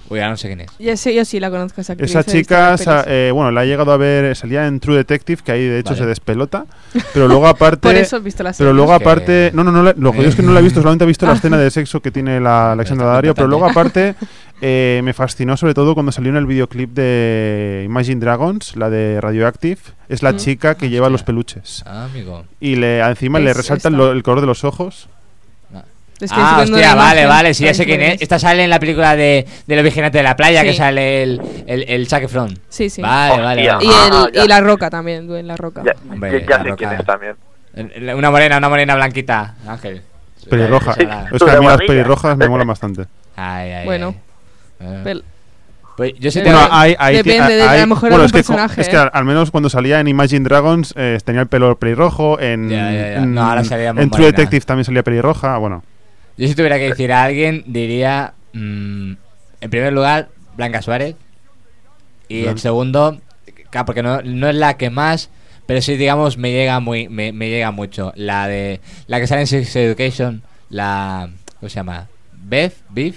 Speaker 2: Uy, ahora no sé quién es.
Speaker 4: Ya sé, yo sí la conozco esa actriz.
Speaker 3: Esa
Speaker 4: he visto
Speaker 3: chica,
Speaker 4: las
Speaker 3: esa-
Speaker 4: pelis.
Speaker 3: eh, bueno, la he llegado a ver, salía en True Detective, que ahí de hecho
Speaker 2: Vale.
Speaker 3: se despelota. Pero luego aparte.
Speaker 4: Por eso has visto la Ah. serie.
Speaker 3: eh, Pero luego
Speaker 2: Es que-
Speaker 3: aparte. No, no, no. la- Lo que yo es que no la he visto, solamente he visto la escena de sexo que tiene la Alexandra Dario. Pero luego aparte. eh, me fascinó sobre todo cuando salió en el videoclip de Imagine Dragons, la de Radioactive. Es la
Speaker 4: Mm.
Speaker 3: chica que lleva los peluches.
Speaker 2: Ah, amigo.
Speaker 3: Y le encima le
Speaker 4: Es
Speaker 3: resaltan
Speaker 4: esta.
Speaker 3: lo- el color de los ojos.
Speaker 4: Te estoy
Speaker 2: Ah,
Speaker 4: enseñando
Speaker 2: hostia,
Speaker 4: una
Speaker 2: vale,
Speaker 4: imagen
Speaker 2: vale, sí, ya
Speaker 4: para
Speaker 2: sé
Speaker 4: que lo
Speaker 2: quién es.
Speaker 4: veas.
Speaker 2: Esta sale en la película de, de los vigilantes de la playa,
Speaker 4: Sí.
Speaker 2: que sale el, el, el Zac Efron.
Speaker 4: Sí, sí.
Speaker 2: Vale, vale,
Speaker 14: Hostia.
Speaker 2: vale.
Speaker 4: Y,
Speaker 14: Ah,
Speaker 4: el-
Speaker 14: ya.
Speaker 4: y la roca también, en la roca.
Speaker 14: Ya,
Speaker 2: Hombre,
Speaker 14: ya- ya
Speaker 2: la
Speaker 14: sé
Speaker 2: roca.
Speaker 14: quién es también.
Speaker 2: Una morena, una morena blanquita, Ángel.
Speaker 3: Pelirroja.
Speaker 2: Esa la-
Speaker 3: Es que a mí las
Speaker 14: Guarrilla.
Speaker 3: pelirrojas me molan bastante.
Speaker 2: Ay, ay,
Speaker 4: Bueno.
Speaker 2: ay. Eh,
Speaker 4: Pel-
Speaker 2: Pues yo sí
Speaker 4: Eh,
Speaker 2: te
Speaker 4: no,
Speaker 2: hago-
Speaker 4: ah,
Speaker 3: ahí- ahí ti-
Speaker 4: Depende de- a
Speaker 3: ahí-
Speaker 4: lo mejor algún
Speaker 3: es que, co-
Speaker 4: personaje,
Speaker 3: es que
Speaker 4: ¿eh?
Speaker 3: al, al menos cuando salía en Imagine Dragons eh, tenía el pelo pelirrojo. En,
Speaker 2: Ya, ya, ya.
Speaker 3: en-
Speaker 2: No, ahora salía más
Speaker 3: en True
Speaker 2: morena.
Speaker 3: Detective también salía pelirroja. Bueno,
Speaker 2: Yo si tuviera que decir a alguien, diría, mm, en primer lugar, Blanca Suárez. Y en
Speaker 15: Blanca.
Speaker 2: segundo, claro, porque no, no es la que más, pero sí, digamos, me llega muy me, me llega mucho. La de la que sale en Sex Education, la... ¿Cómo se llama? Beth, Beef.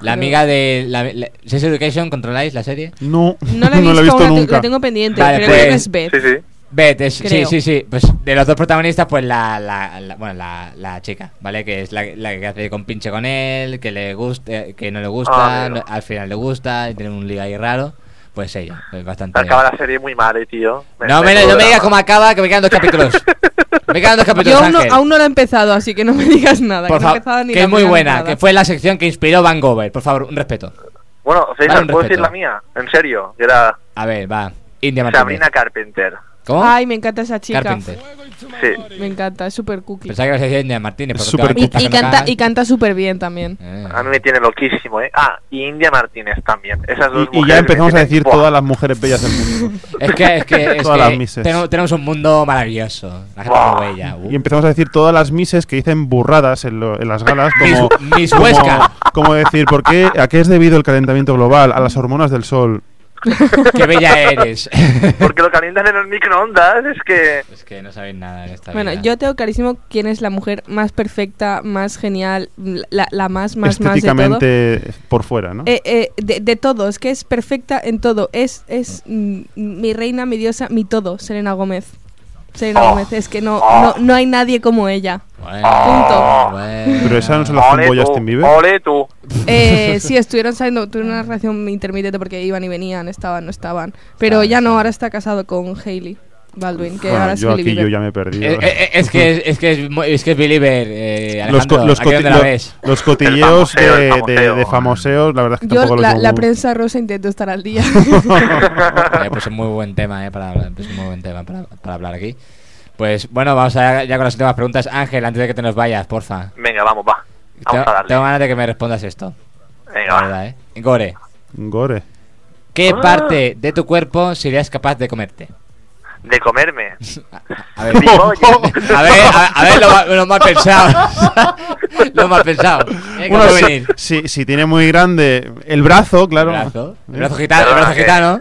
Speaker 2: La
Speaker 4: Creo-
Speaker 2: amiga de... La, la- Sex Education, ¿controláis la serie?
Speaker 3: No,
Speaker 4: No la he visto, aún la te- la tengo pendiente,
Speaker 2: Vale,
Speaker 4: pero
Speaker 2: pues-
Speaker 4: creo que es Beth.
Speaker 2: Beth, es- sí,
Speaker 4: Creo.
Speaker 2: sí, sí. Pues de los dos protagonistas, pues la, la, la- bueno, la, la chica, ¿vale? Que es la, la que hace con pinche con él, que le gusta, eh, que no le gusta,
Speaker 14: Ah, mira.
Speaker 2: no- al final le gusta, y tiene un liga ahí raro. Pues ella, es bastante.
Speaker 14: Acaba la serie muy mal, eh, tío.
Speaker 2: No me, no me
Speaker 14: jodas.
Speaker 2: digas cómo acaba, que me quedan dos capítulos. me quedan dos
Speaker 4: Yo
Speaker 2: capítulos,
Speaker 4: aún no,
Speaker 2: Ángel.
Speaker 4: aún no la he empezado, así que no me digas nada.
Speaker 2: Por
Speaker 4: que no he
Speaker 2: favor,
Speaker 4: empezado ni
Speaker 2: que
Speaker 4: la
Speaker 2: es muy
Speaker 4: primera
Speaker 2: buena,
Speaker 4: entrada.
Speaker 2: que fue la sección que inspiró Van Gogh. Por favor, un respeto.
Speaker 14: Bueno, César,
Speaker 2: Vale, un
Speaker 14: ¿puedo decir
Speaker 2: respeto.
Speaker 14: la mía? En serio, que era
Speaker 2: A ver, va. India Martínez.
Speaker 14: Sabrina Carpenter.
Speaker 2: ¿Cómo?
Speaker 4: Ay, me encanta esa chica.
Speaker 2: Carpenter.
Speaker 14: Sí.
Speaker 4: Me encanta, es súper cookie.
Speaker 2: Pensaba que ibas a decir India Martínez. porque
Speaker 3: Súper
Speaker 2: te
Speaker 4: Y,
Speaker 2: va a gustar
Speaker 4: y
Speaker 2: que no
Speaker 4: canta
Speaker 2: cagas.
Speaker 4: y canta súper bien también.
Speaker 2: Eh.
Speaker 14: A mí me tiene loquísimo, ¿eh? Ah, y India Martínez también. Esas dos
Speaker 3: Y, y
Speaker 14: mujeres
Speaker 3: ya
Speaker 14: me
Speaker 3: empezamos a
Speaker 14: tienen-
Speaker 3: decir
Speaker 14: ¡Buah!
Speaker 3: todas las mujeres bellas del mundo.
Speaker 2: Es que, es que, es
Speaker 3: Todas
Speaker 2: que
Speaker 3: las mises.
Speaker 2: teno- tenemos un mundo maravilloso. La gente
Speaker 14: Buah.
Speaker 2: muy bella. Uh.
Speaker 3: Y empezamos a decir todas las mises que dicen burradas en, lo- en las galas, como,
Speaker 2: Mis- mis
Speaker 3: como-
Speaker 2: Huesca.
Speaker 3: como decir, ¿por qué, ¿a qué es debido el calentamiento global? A las hormonas del sol.
Speaker 2: Qué bella eres.
Speaker 14: Porque lo calientan en el microondas, es que...
Speaker 2: es que no sabéis nada en esta
Speaker 4: Bueno,
Speaker 2: vida.
Speaker 4: yo tengo clarísimo quién es la mujer más perfecta, más genial, la, la más, más, más de todo.
Speaker 3: Estéticamente por fuera, ¿no?
Speaker 4: Eh, eh, de, de todo, es que es perfecta en todo. Es, es mm, mi reina, mi diosa, mi todo, Selena Gómez. Selena
Speaker 3: Oh.
Speaker 4: Gómez, es que no, no, no hay nadie como ella. Punto.
Speaker 3: Pero esa no se la zumbo Justin Bieber.
Speaker 14: ¡Ole tú!
Speaker 4: Eh, sí, estuvieron saliendo, tuvieron una relación intermitente porque iban y venían, estaban, no estaban. Pero ya no, ahora está casado con Hailey Baldwin, que
Speaker 3: Bueno,
Speaker 4: ahora es
Speaker 3: Ah, yo
Speaker 4: Hailey
Speaker 3: aquí yo
Speaker 4: Bieber.
Speaker 3: ya me he perdido.
Speaker 2: Eh, eh, eh, es que es, es que es, muy- es que es believer, eh,
Speaker 3: los, co-
Speaker 2: Alejandro,
Speaker 3: los
Speaker 2: aquí
Speaker 3: coti-
Speaker 2: donde la
Speaker 3: lo-
Speaker 2: ves.
Speaker 3: los cotilleos
Speaker 14: famoseo, el
Speaker 3: de- de,
Speaker 14: famoseo.
Speaker 3: de famoseos, la verdad es que
Speaker 4: Yo,
Speaker 3: tampoco los
Speaker 4: la,
Speaker 3: llevo
Speaker 4: la
Speaker 3: muy-
Speaker 4: prensa rosa intento estar al día.
Speaker 2: Eh, pues es muy buen tema, eh, para, hablar- es un muy buen tema para, para hablar aquí. Pues bueno, vamos a, ya con las últimas preguntas. Ángel, antes de que te nos vayas, porfa.
Speaker 14: Venga, vamos, va.
Speaker 2: Tengo,
Speaker 14: Vamos a darle.
Speaker 2: tengo ganas de que me respondas esto.
Speaker 14: Venga,
Speaker 2: La
Speaker 14: va.
Speaker 2: verdad, eh. Gore,
Speaker 3: Gore.
Speaker 2: ¿qué
Speaker 14: Ah.
Speaker 2: parte de tu cuerpo serías capaz de comerte?
Speaker 14: De comerme.
Speaker 2: A ver,
Speaker 14: Cebolla.
Speaker 2: a ver, a, a ver lo, ma- lo más pensado. lo más pensado. Eh, que
Speaker 3: Bueno,
Speaker 2: puede
Speaker 3: si-
Speaker 2: venir.
Speaker 3: si, si tiene muy grande el brazo, claro.
Speaker 2: El brazo. El
Speaker 3: ¿Eh?
Speaker 2: brazo gitano, el brazo
Speaker 14: Perdona, que-
Speaker 2: gitano.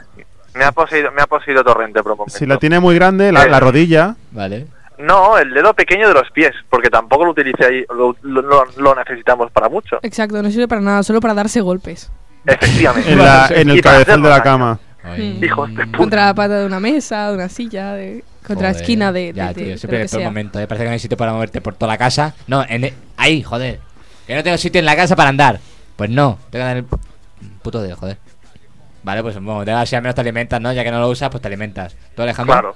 Speaker 14: Me ha poseído, me ha poseído Torrente por un momento.
Speaker 3: Si la tiene muy grande, la, la rodilla.
Speaker 2: Vale.
Speaker 14: No, el dedo pequeño de los pies, porque tampoco lo utilicé ahí, lo, lo- lo- lo necesitamos para mucho.
Speaker 4: Exacto, no sirve para nada, solo para darse golpes.
Speaker 14: Efectivamente.
Speaker 3: En, la- en el
Speaker 14: Y para
Speaker 3: cabezal de la
Speaker 14: hacerlo,
Speaker 3: cama.
Speaker 4: Mm.
Speaker 14: Hijos de puta.
Speaker 4: Contra la pata de una mesa, de una silla, de- contra la
Speaker 2: Joder,
Speaker 4: esquina de, de-
Speaker 2: Ya,
Speaker 4: de- de
Speaker 2: tío,
Speaker 4: lo
Speaker 2: siempre
Speaker 4: que
Speaker 2: en todo
Speaker 4: sea.
Speaker 2: momento. eh, Parece que no hay sitio para moverte por toda la casa. No, en, e, ahí, joder. Que no tengo sitio en la casa para andar. Pues no, tengo que dar el puto dedo, joder. Vale, pues bueno, te vas, si al menos te alimentas, ¿no? Ya que no lo usas, pues te alimentas. ¿Tú, Alejandro?
Speaker 14: Claro.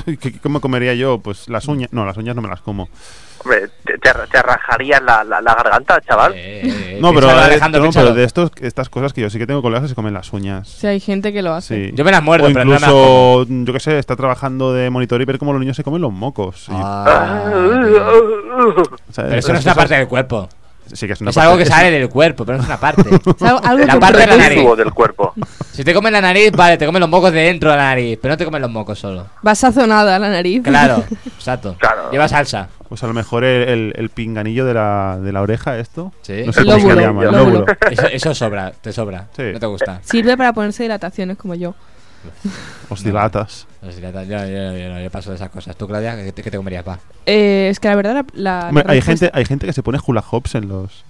Speaker 3: ¿Qué- qué- ¿Cómo comería yo? Pues las uñas. No, las uñas no me las como.
Speaker 14: Hombre, te, te, te rajarías la, la, la garganta, chaval.
Speaker 2: Eh, eh,
Speaker 3: No, pero,
Speaker 2: piénsalo,
Speaker 3: eh,
Speaker 2: Alejandro,
Speaker 3: no,
Speaker 2: piénsalo.
Speaker 3: pero de estos, estas cosas que yo sí que tengo colegas que se comen las uñas.
Speaker 4: Si hay gente que lo hace.
Speaker 3: Sí.
Speaker 2: Yo me las muerdo,
Speaker 3: o
Speaker 2: pero no me las
Speaker 3: incluso, yo qué sé, está trabajando de monitor y ver cómo los niños se comen los mocos. Y-
Speaker 2: Ah,
Speaker 3: o sea,
Speaker 2: pero eso
Speaker 3: esas
Speaker 2: no es una
Speaker 3: cosas-
Speaker 2: parte del cuerpo.
Speaker 3: Sí, que es una
Speaker 2: Es algo
Speaker 3: parte-
Speaker 2: que sale del cuerpo, pero no es una parte.
Speaker 4: Es algo- algo
Speaker 2: la
Speaker 4: que
Speaker 2: parte de la
Speaker 4: produce.
Speaker 2: nariz.
Speaker 14: Tubo del cuerpo.
Speaker 2: Si te comen la nariz, vale, te comen los mocos de dentro de la nariz, pero no te comen los mocos solo.
Speaker 4: Vas sazonada a la nariz.
Speaker 2: Claro, exacto.
Speaker 14: Claro.
Speaker 2: Lleva salsa.
Speaker 3: Pues a lo mejor el, el- el pinganillo de la, de la oreja, esto.
Speaker 2: Sí.
Speaker 3: No sé cómo se
Speaker 4: Lóbulo,
Speaker 3: llama.
Speaker 4: lóbulo.
Speaker 3: Lóbulo.
Speaker 2: Eso, eso sobra, te sobra.
Speaker 3: Sí.
Speaker 2: No te gusta.
Speaker 4: Sirve para ponerse dilataciones como yo.
Speaker 3: Os dilatas.
Speaker 2: No, si ya está- Yo, yo- yo no, yo paso de esas cosas. ¿Tú, Claudia, qué te, qué te comerías, pa?
Speaker 4: Eh, es que la verdad la, la-
Speaker 2: Ah,
Speaker 3: Hombre,
Speaker 4: la
Speaker 3: hay,
Speaker 4: respuesta-
Speaker 3: gente, hay gente que se pone hula hoops en los.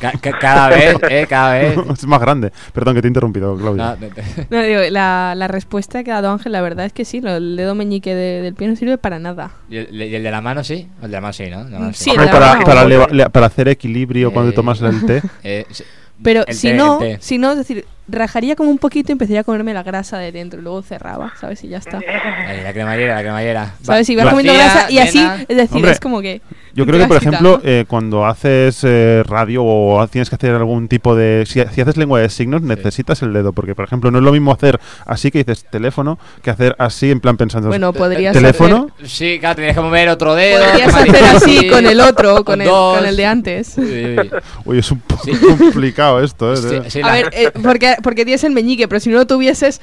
Speaker 2: Ca- ca- cada vez, eh, cada vez.
Speaker 3: es más grande. Perdón que te he interrumpido, Claudia.
Speaker 2: No, te- te-
Speaker 4: No, digo, la, la respuesta que ha dado Ángel, la verdad es que sí, lo- el dedo meñique de- del pie no sirve para nada.
Speaker 2: ¿Y, el, y el de la mano sí? El de la mano sí, ¿no? El de la mano
Speaker 4: Sí, el
Speaker 3: Hombre,
Speaker 4: de la
Speaker 3: para,
Speaker 4: mano.
Speaker 3: para leva- le- para hacer equilibrio cuando
Speaker 2: Eh.
Speaker 3: tomas el té.
Speaker 2: Eh, sí.
Speaker 4: Pero
Speaker 2: El
Speaker 4: si
Speaker 2: té,
Speaker 4: no,
Speaker 2: el té.
Speaker 4: si no, es decir, rajaría como un poquito y empezaría a comerme la grasa de dentro y luego cerraba, ¿sabes? Y ya está.
Speaker 2: Ahí, la cremallera, la cremallera.
Speaker 4: ¿Sabes? Y
Speaker 2: Va-
Speaker 4: vas comiendo
Speaker 2: vacía,
Speaker 4: grasa y así,
Speaker 2: llena.
Speaker 4: es decir,
Speaker 3: Hombre,
Speaker 4: es como que.
Speaker 3: Yo creo que, por
Speaker 4: grasita,
Speaker 3: ejemplo,
Speaker 4: ¿no?
Speaker 3: eh, cuando haces eh, radio o tienes que hacer algún tipo de... Si, si haces lengua de signos, necesitas el dedo. Porque, por ejemplo, no es lo mismo hacer así que dices teléfono que hacer así en plan pensando...
Speaker 4: Bueno, podrías
Speaker 3: ¿Teléfono?
Speaker 4: hacer-
Speaker 2: Sí, claro, tendrías que mover otro dedo.
Speaker 4: Podrías
Speaker 2: que
Speaker 4: hacer
Speaker 2: maldito,
Speaker 4: así con el otro, con
Speaker 2: con
Speaker 4: el,
Speaker 2: dos.
Speaker 4: con el de antes.
Speaker 2: Uy, uy, uy.
Speaker 3: Oye, es un poco
Speaker 2: Sí.
Speaker 3: complicado esto, ¿eh?
Speaker 2: Sí, sí,
Speaker 4: A
Speaker 2: la-
Speaker 4: ver, eh, porque, porque tienes el meñique, pero si no lo tuvieses.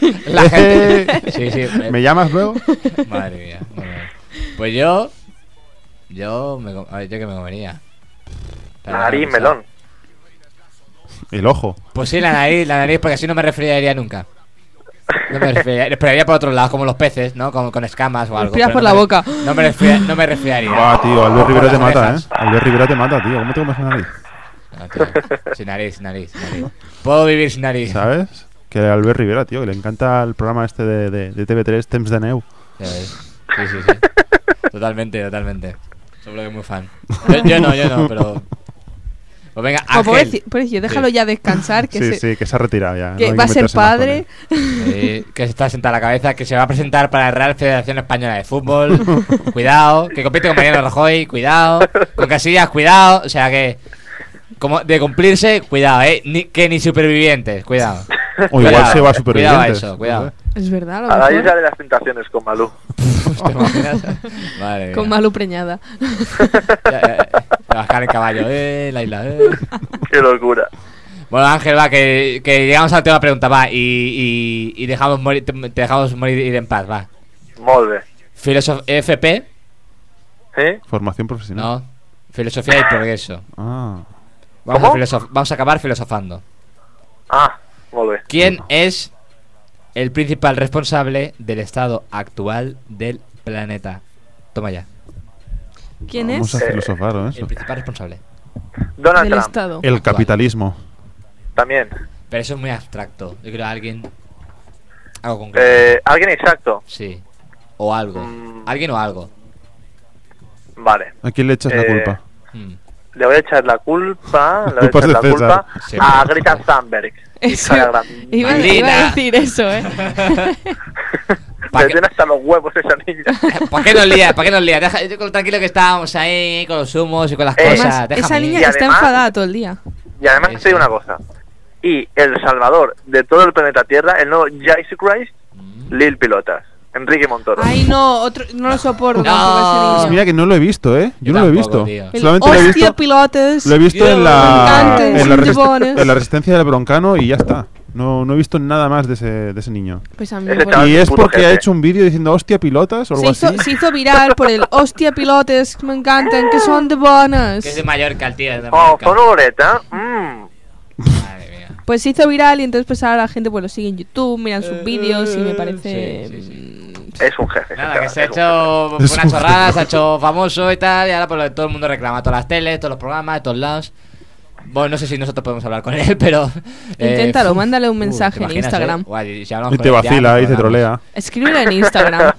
Speaker 4: oh,
Speaker 2: la gente. Sí, sí. eh,
Speaker 3: ¿Me llamas luego?
Speaker 2: Madre mía. bueno. Pues yo. Yo. Me, com- a ver, ¿yo qué me comería? Claro,
Speaker 14: Nariz,
Speaker 2: claro.
Speaker 14: melón.
Speaker 3: El ojo.
Speaker 2: Pues sí, la nariz, la nariz, porque así no me refriaría nunca. No me resfriaría- respiraría por otros lados, como los peces, ¿no? Como con escamas o algo.
Speaker 4: Respiras
Speaker 2: pero
Speaker 4: por
Speaker 2: no
Speaker 4: la
Speaker 2: me-
Speaker 4: boca.
Speaker 2: No me, resfria- no me resfriaría.
Speaker 3: Ah, tío, Albert Rivera
Speaker 2: Por
Speaker 3: te
Speaker 2: las
Speaker 3: mata, ¿eh?
Speaker 2: orejas.
Speaker 3: Albert Rivera te mata, tío. ¿Cómo te comes la nariz?
Speaker 2: No, tío, Ah, sin nariz, sin nariz, sin nariz. Puedo vivir sin nariz.
Speaker 3: ¿Sabes? Que Albert Rivera, tío, que le encanta el programa este de, de- de TV3, Temps de Neu.
Speaker 2: Ya ves. Sí, sí, sí. Totalmente, totalmente. Seguro que es muy fan. Yo, yo no, yo no, pero. Pues venga,
Speaker 4: Oh,
Speaker 2: Ángel.
Speaker 4: pobrecillo, pobrecillo, déjalo
Speaker 2: Sí.
Speaker 4: ya descansar. Que
Speaker 3: Sí,
Speaker 4: se-
Speaker 3: sí, que se ha retirado ya.
Speaker 4: que
Speaker 3: no hay
Speaker 4: va a ser
Speaker 3: meterse más con
Speaker 4: padre.
Speaker 2: Sí, eh, que se está sentada a la cabeza, que se va a presentar para la Real Federación Española de Fútbol. cuidado, que compite con Mariano Rajoy, cuidado. Con Casillas, cuidado. O sea que, como de cumplirse, cuidado, ¿eh? Ni- que ni supervivientes, cuidado.
Speaker 3: O igual
Speaker 2: Cuidado,
Speaker 3: se va a
Speaker 2: Cuidado a
Speaker 3: supervivientes.
Speaker 2: eso, cuidado.
Speaker 4: Es verdad, a lo
Speaker 14: A la
Speaker 4: mejor,
Speaker 14: isla de las tentaciones con Malú.
Speaker 2: Pues Vale.
Speaker 4: Con Malu preñada.
Speaker 2: Trabajar en caballo, eh, la isla, eh.
Speaker 14: Qué locura.
Speaker 2: Bueno, Ángel, va, que, que llegamos al tema pregunta, va, y, y, y dejamos morir, te te dejamos morir ir en paz, va.
Speaker 14: Molde.
Speaker 2: Filosof FP,
Speaker 14: ¿Sí?
Speaker 3: Formación profesional.
Speaker 2: no. Filosofía y progreso.
Speaker 3: Ah.
Speaker 2: Vamos, a
Speaker 14: ¿Cómo?
Speaker 2: filosof- vamos a acabar filosofando.
Speaker 14: Ah, molde.
Speaker 2: ¿Quién es el principal responsable del estado actual del planeta? Toma ya.
Speaker 4: ¿Quién
Speaker 3: Vamos a
Speaker 4: es?
Speaker 3: filosofar ¿eh?
Speaker 2: El
Speaker 3: eso.
Speaker 2: principal responsable.
Speaker 14: Donald
Speaker 4: Del
Speaker 14: Trump.
Speaker 4: Estado.
Speaker 3: El capitalismo.
Speaker 14: También.
Speaker 2: Pero eso es muy abstracto. Yo creo a alguien. Algo concreto.
Speaker 14: Eh, Alguien exacto.
Speaker 2: Sí. O algo.
Speaker 14: Mm.
Speaker 2: Alguien o algo.
Speaker 14: Vale.
Speaker 3: ¿A quién le echas la
Speaker 14: Eh,
Speaker 3: culpa?
Speaker 2: Mm.
Speaker 14: Le voy a echar la culpa. Le voy a
Speaker 3: Culpas
Speaker 14: echar la
Speaker 3: de César.
Speaker 14: culpa a Ah, Greta Thunberg.
Speaker 4: Eso.
Speaker 14: Hija de la gran-
Speaker 4: Iba,
Speaker 2: Maldita.
Speaker 4: iba a decir eso, ¿eh?
Speaker 2: Pa'
Speaker 14: Me
Speaker 2: que-
Speaker 14: tiene hasta los huevos esa niña.
Speaker 2: ¿Para qué nos lía? ¿Para qué nos lía? Deja, yo con- tranquilo que estábamos ahí con los humos y con las
Speaker 14: Eh,
Speaker 2: cosas.
Speaker 4: Además,
Speaker 2: Déjame
Speaker 4: esa
Speaker 2: ir.
Speaker 4: niña
Speaker 14: Y
Speaker 4: está
Speaker 14: además-
Speaker 4: enfadada todo el día.
Speaker 14: Y además te digo una cosa. Y el salvador de todo el planeta Tierra, el nuevo Jesus Christ,
Speaker 2: Mm.
Speaker 14: Lil Pilotas. Enrique Montoro.
Speaker 4: Ay, no, otro, no lo soporto
Speaker 2: No.
Speaker 4: tampoco ese
Speaker 3: Pues
Speaker 4: niño.
Speaker 3: mira que no lo he visto, ¿eh? Yo, no lo he
Speaker 2: tampoco,
Speaker 3: visto.
Speaker 2: tío.
Speaker 4: El
Speaker 3: Solamente lo he
Speaker 4: hostia
Speaker 3: visto,
Speaker 4: pilotes.
Speaker 3: lo he visto en
Speaker 4: Me
Speaker 3: la,
Speaker 4: encanta,
Speaker 3: en, la
Speaker 4: sin
Speaker 3: resist-
Speaker 4: tibones.
Speaker 3: en la resistencia del broncano y ya está. No, no he visto nada más de ese, de ese niño.
Speaker 4: Pues a mí
Speaker 14: Ese
Speaker 4: me
Speaker 14: chaval
Speaker 4: pone-
Speaker 3: Y
Speaker 14: es
Speaker 3: es
Speaker 14: un puto
Speaker 3: porque ha
Speaker 14: jefe.
Speaker 3: hecho un vídeo diciendo hostia pilotas o
Speaker 4: se
Speaker 3: algo así.
Speaker 4: hizo, se hizo viral por el hostia pilotes, me encantan, que son de bonos.
Speaker 2: Que es de Mallorca el tío. es de
Speaker 14: Oh,
Speaker 2: Mallorca.
Speaker 14: con boleta. Mm.
Speaker 2: Madre mía.
Speaker 4: Pues se hizo viral y entonces pues ahora la gente pues lo sigue en YouTube, miran sus vídeos y me parece...
Speaker 2: Eh, sí, sí,
Speaker 4: mm,
Speaker 14: Es un jefe.
Speaker 2: Nada, que
Speaker 14: chaval,
Speaker 2: se ha
Speaker 14: es un jefe.
Speaker 2: hecho
Speaker 3: Es
Speaker 2: una
Speaker 3: un
Speaker 2: chorrada,
Speaker 3: jefe.
Speaker 2: se ha hecho famoso y tal, y ahora pues, todo el mundo reclama, todas las teles, todos los programas, de todos lados. Bueno, no sé si nosotros podemos hablar con él, pero... eh,
Speaker 4: Inténtalo,
Speaker 2: fu-
Speaker 4: mándale un
Speaker 2: uh,
Speaker 4: mensaje
Speaker 2: ¿te
Speaker 4: en
Speaker 2: imaginas,
Speaker 4: Instagram.
Speaker 2: eh? Guay, si hablamos
Speaker 3: Y
Speaker 2: con
Speaker 3: te
Speaker 2: él ya nos
Speaker 3: vacila y te
Speaker 2: hablamos.
Speaker 3: trolea.
Speaker 4: Escríbelo en Instagram.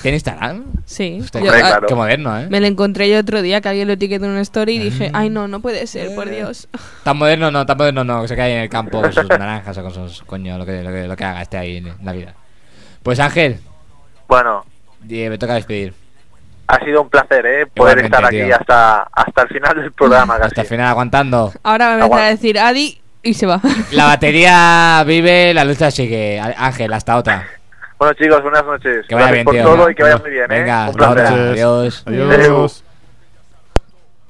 Speaker 2: ¿Tiene Instagram?
Speaker 4: Sí.
Speaker 2: Hostia,
Speaker 4: Yo-
Speaker 2: qué-
Speaker 4: ah,
Speaker 14: claro.
Speaker 2: Qué moderno, ¿eh?
Speaker 4: me lo encontré yo otro día que alguien lo etiquetó en una story y dije, ay no, no puede ser,
Speaker 2: Eh.
Speaker 4: por Dios.
Speaker 2: Tan moderno no, tan moderno no, que se cae en el campo con sus naranjas o con sus... Coño, lo que, lo que, lo que haga este ahí en la vida. Pues Ángel,
Speaker 14: Bueno,
Speaker 2: eh, me toca despedir.
Speaker 14: ha sido un placer, ¿eh? Poder
Speaker 2: Igualmente,
Speaker 14: estar aquí
Speaker 2: tío.
Speaker 14: hasta, hasta el final del programa, casi.
Speaker 2: Hasta el final aguantando.
Speaker 4: Ahora va a empezar a
Speaker 14: Aguanta.
Speaker 4: decir Adi y se va.
Speaker 2: La batería vive, la lucha sigue. Á- Ángel, hasta otra.
Speaker 14: Bueno, chicos, buenas noches.
Speaker 2: Que vaya
Speaker 14: Gracias
Speaker 2: bien,
Speaker 14: por
Speaker 2: tío.
Speaker 14: todo y que vaya muy bien, ¿eh?
Speaker 2: Venga,
Speaker 14: un
Speaker 2: hasta
Speaker 14: placer.
Speaker 2: otra.
Speaker 3: Gracias.
Speaker 2: Adiós.
Speaker 3: Adiós.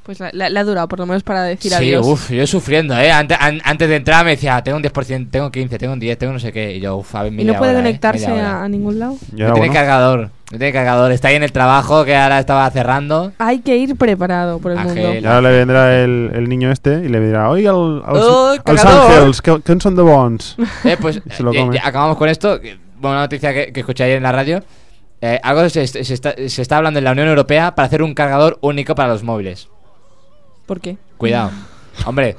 Speaker 4: Pues la, la- la ha durado por lo menos para decir
Speaker 2: Sí,
Speaker 4: adiós.
Speaker 2: uff, yo sufriendo, ¿eh? Ante- an- Antes, de entrar me decía, "Ah, tengo un 10%, tengo un 15, tengo un 10, tengo no sé qué. Y yo, uff, a ver,
Speaker 4: y
Speaker 2: media
Speaker 4: no puede
Speaker 2: hora, ¿eh?
Speaker 4: conectarse
Speaker 2: Media
Speaker 4: a,
Speaker 2: hora.
Speaker 4: a ningún lado.
Speaker 3: Y
Speaker 2: No
Speaker 3: ahora,
Speaker 2: tiene
Speaker 3: bueno,
Speaker 2: cargador, no tiene cargador. Está ahí en el trabajo que ahora estaba cerrando.
Speaker 4: Hay que ir preparado por el
Speaker 2: Ángel.
Speaker 4: mundo.
Speaker 3: y ahora le vendrá el, el niño este y le dirá, oye, al, als,
Speaker 2: Oh,
Speaker 3: als
Speaker 2: cagador.
Speaker 3: Ángels, que- ¿quién son de bons?
Speaker 2: Eh, pues
Speaker 3: Se lo
Speaker 2: eh,
Speaker 3: come.
Speaker 2: ya acabamos con esto. que- Buena noticia que, que escuché ayer en la radio. Eh, algo se, se está, se está hablando en la Unión Europea para hacer un cargador único para los móviles.
Speaker 4: ¿Por qué?
Speaker 2: Cuidado. Hombre.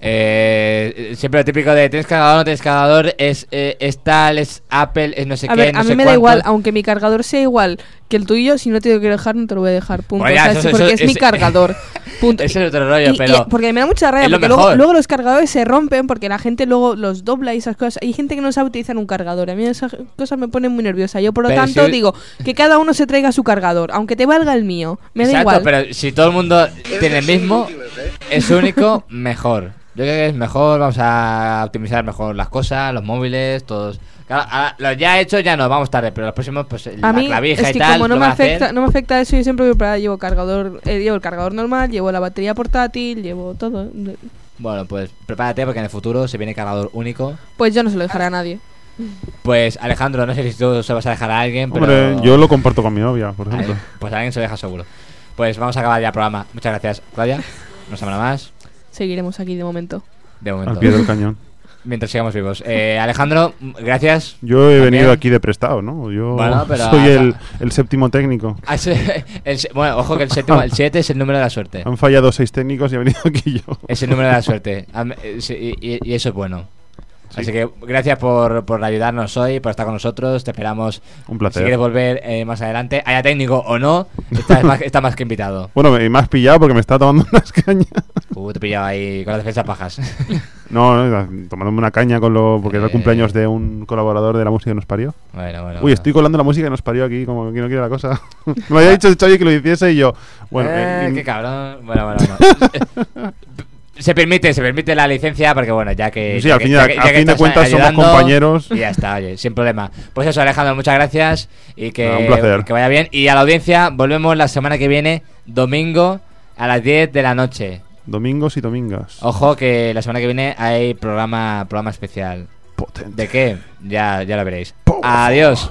Speaker 2: eh, siempre lo típico de tienes cargador, no tienes cargador, es, eh, es tal, es Apple, es no sé
Speaker 4: A
Speaker 2: qué.
Speaker 4: ver,
Speaker 2: no
Speaker 4: a mí
Speaker 2: sé
Speaker 4: me da igual,
Speaker 2: cuánto.
Speaker 4: aunque mi cargador sea igual que el tuyo, si no te lo quiero dejar, no te lo voy a dejar. Punto.
Speaker 2: Bueno, ya,
Speaker 4: O sea,
Speaker 2: eso-
Speaker 4: sí,
Speaker 2: eso-
Speaker 4: porque es, mi
Speaker 2: ese-
Speaker 4: cargador. Punto.
Speaker 2: Ese es otro rollo,
Speaker 4: Y- y-
Speaker 2: pero.
Speaker 4: porque me da mucha rabia,
Speaker 2: es lo
Speaker 4: porque luego,
Speaker 2: mejor.
Speaker 4: luego los cargadores se rompen porque la gente luego los dobla y esas cosas. Hay gente que no sabe utilizar un cargador. A mí esas cosas me ponen muy nerviosa. Yo, por lo
Speaker 2: Pero
Speaker 4: tanto,
Speaker 2: si-
Speaker 4: digo que cada uno se traiga su cargador, aunque te valga el mío. Me da
Speaker 2: Exacto,
Speaker 4: igual.
Speaker 2: pero si todo el mundo tiene el mismo, es único, mejor. Yo creo que es mejor, vamos a optimizar mejor las cosas, los móviles, todos. Claro, ahora, los ya hechos ya no, vamos tarde, pero los próximos, pues
Speaker 4: A
Speaker 2: la
Speaker 4: mí
Speaker 2: clavija
Speaker 4: es
Speaker 2: y
Speaker 4: que
Speaker 2: tal.
Speaker 4: como no
Speaker 2: lo
Speaker 4: me
Speaker 2: van a hacer.
Speaker 4: afecta, no me afecta eso, yo siempre voy preparada. llevo cargador, eh, llevo el cargador normal, llevo la batería portátil, llevo todo.
Speaker 2: Bueno, pues prepárate porque en el futuro se viene cargador único.
Speaker 4: Pues yo no se lo dejaré a nadie.
Speaker 2: Pues Alejandro, no sé si tú se lo vas a dejar a alguien, pero.
Speaker 3: Hombre, yo lo comparto con mi novia, por
Speaker 2: Ahí,
Speaker 3: ejemplo.
Speaker 2: Pues alguien se lo deja seguro. Pues vamos a acabar ya el programa. Muchas gracias, Claudia. Una semana más.
Speaker 4: Seguiremos aquí de momento.
Speaker 2: De momento.
Speaker 3: Al pie del cañón.
Speaker 2: Mientras sigamos vivos. Eh, Alejandro, m- gracias.
Speaker 3: Yo he
Speaker 2: También.
Speaker 3: venido aquí de prestado, ¿no? Yo
Speaker 2: Bueno, pero-
Speaker 3: soy el, el séptimo técnico.
Speaker 2: Ah, sí, el se- bueno, ojo que el séptimo, el 7 es el número de la suerte.
Speaker 3: Han fallado seis técnicos y he venido aquí yo.
Speaker 2: Es el número de la suerte. Am- eh, sí, Y, y- y eso es bueno. Así que gracias por, por ayudarnos hoy, por estar con nosotros. Te esperamos.
Speaker 3: Un placer.
Speaker 2: Si quieres volver eh, más adelante, haya técnico o no, estás más, estás más que invitado.
Speaker 3: Bueno, me, me has pillado porque me está tomando unas cañas.
Speaker 2: Uh, te he pillado ahí con las defensas bajas.
Speaker 3: No, no, tomándome una caña con lo, porque era el
Speaker 2: Eh. Ah.
Speaker 3: cumpleaños de un colaborador de la música que nos parió.
Speaker 2: Bueno, bueno,
Speaker 3: Uy,
Speaker 2: bueno.
Speaker 3: estoy colando la música que nos parió aquí, como que no quiere la cosa. me había dicho Xavi que lo hiciese y yo. Bueno,
Speaker 2: Ah. Eh,
Speaker 3: eh,
Speaker 2: qué cabrón. Bueno, bueno, bueno. se permite, se permite la licencia porque, bueno, ya que.
Speaker 3: Sí,
Speaker 2: ya
Speaker 3: al
Speaker 2: que-
Speaker 3: fin y
Speaker 2: ya
Speaker 3: al-
Speaker 2: que- ya
Speaker 3: al
Speaker 2: que
Speaker 3: fin de
Speaker 2: estás
Speaker 3: cuentas somos
Speaker 2: ayudando,
Speaker 3: compañeros.
Speaker 2: Y ya está, oye, sin problema. Pues eso, Alejandro, muchas gracias y que,
Speaker 3: Ah, un placer.
Speaker 2: que vaya bien. Y a la audiencia, volvemos la semana que viene, domingo a las 10 de la noche.
Speaker 3: Domingos y domingas.
Speaker 2: Ojo que la semana que viene hay programa, programa especial. ¿De qué? Ya, ya lo veréis. Adiós.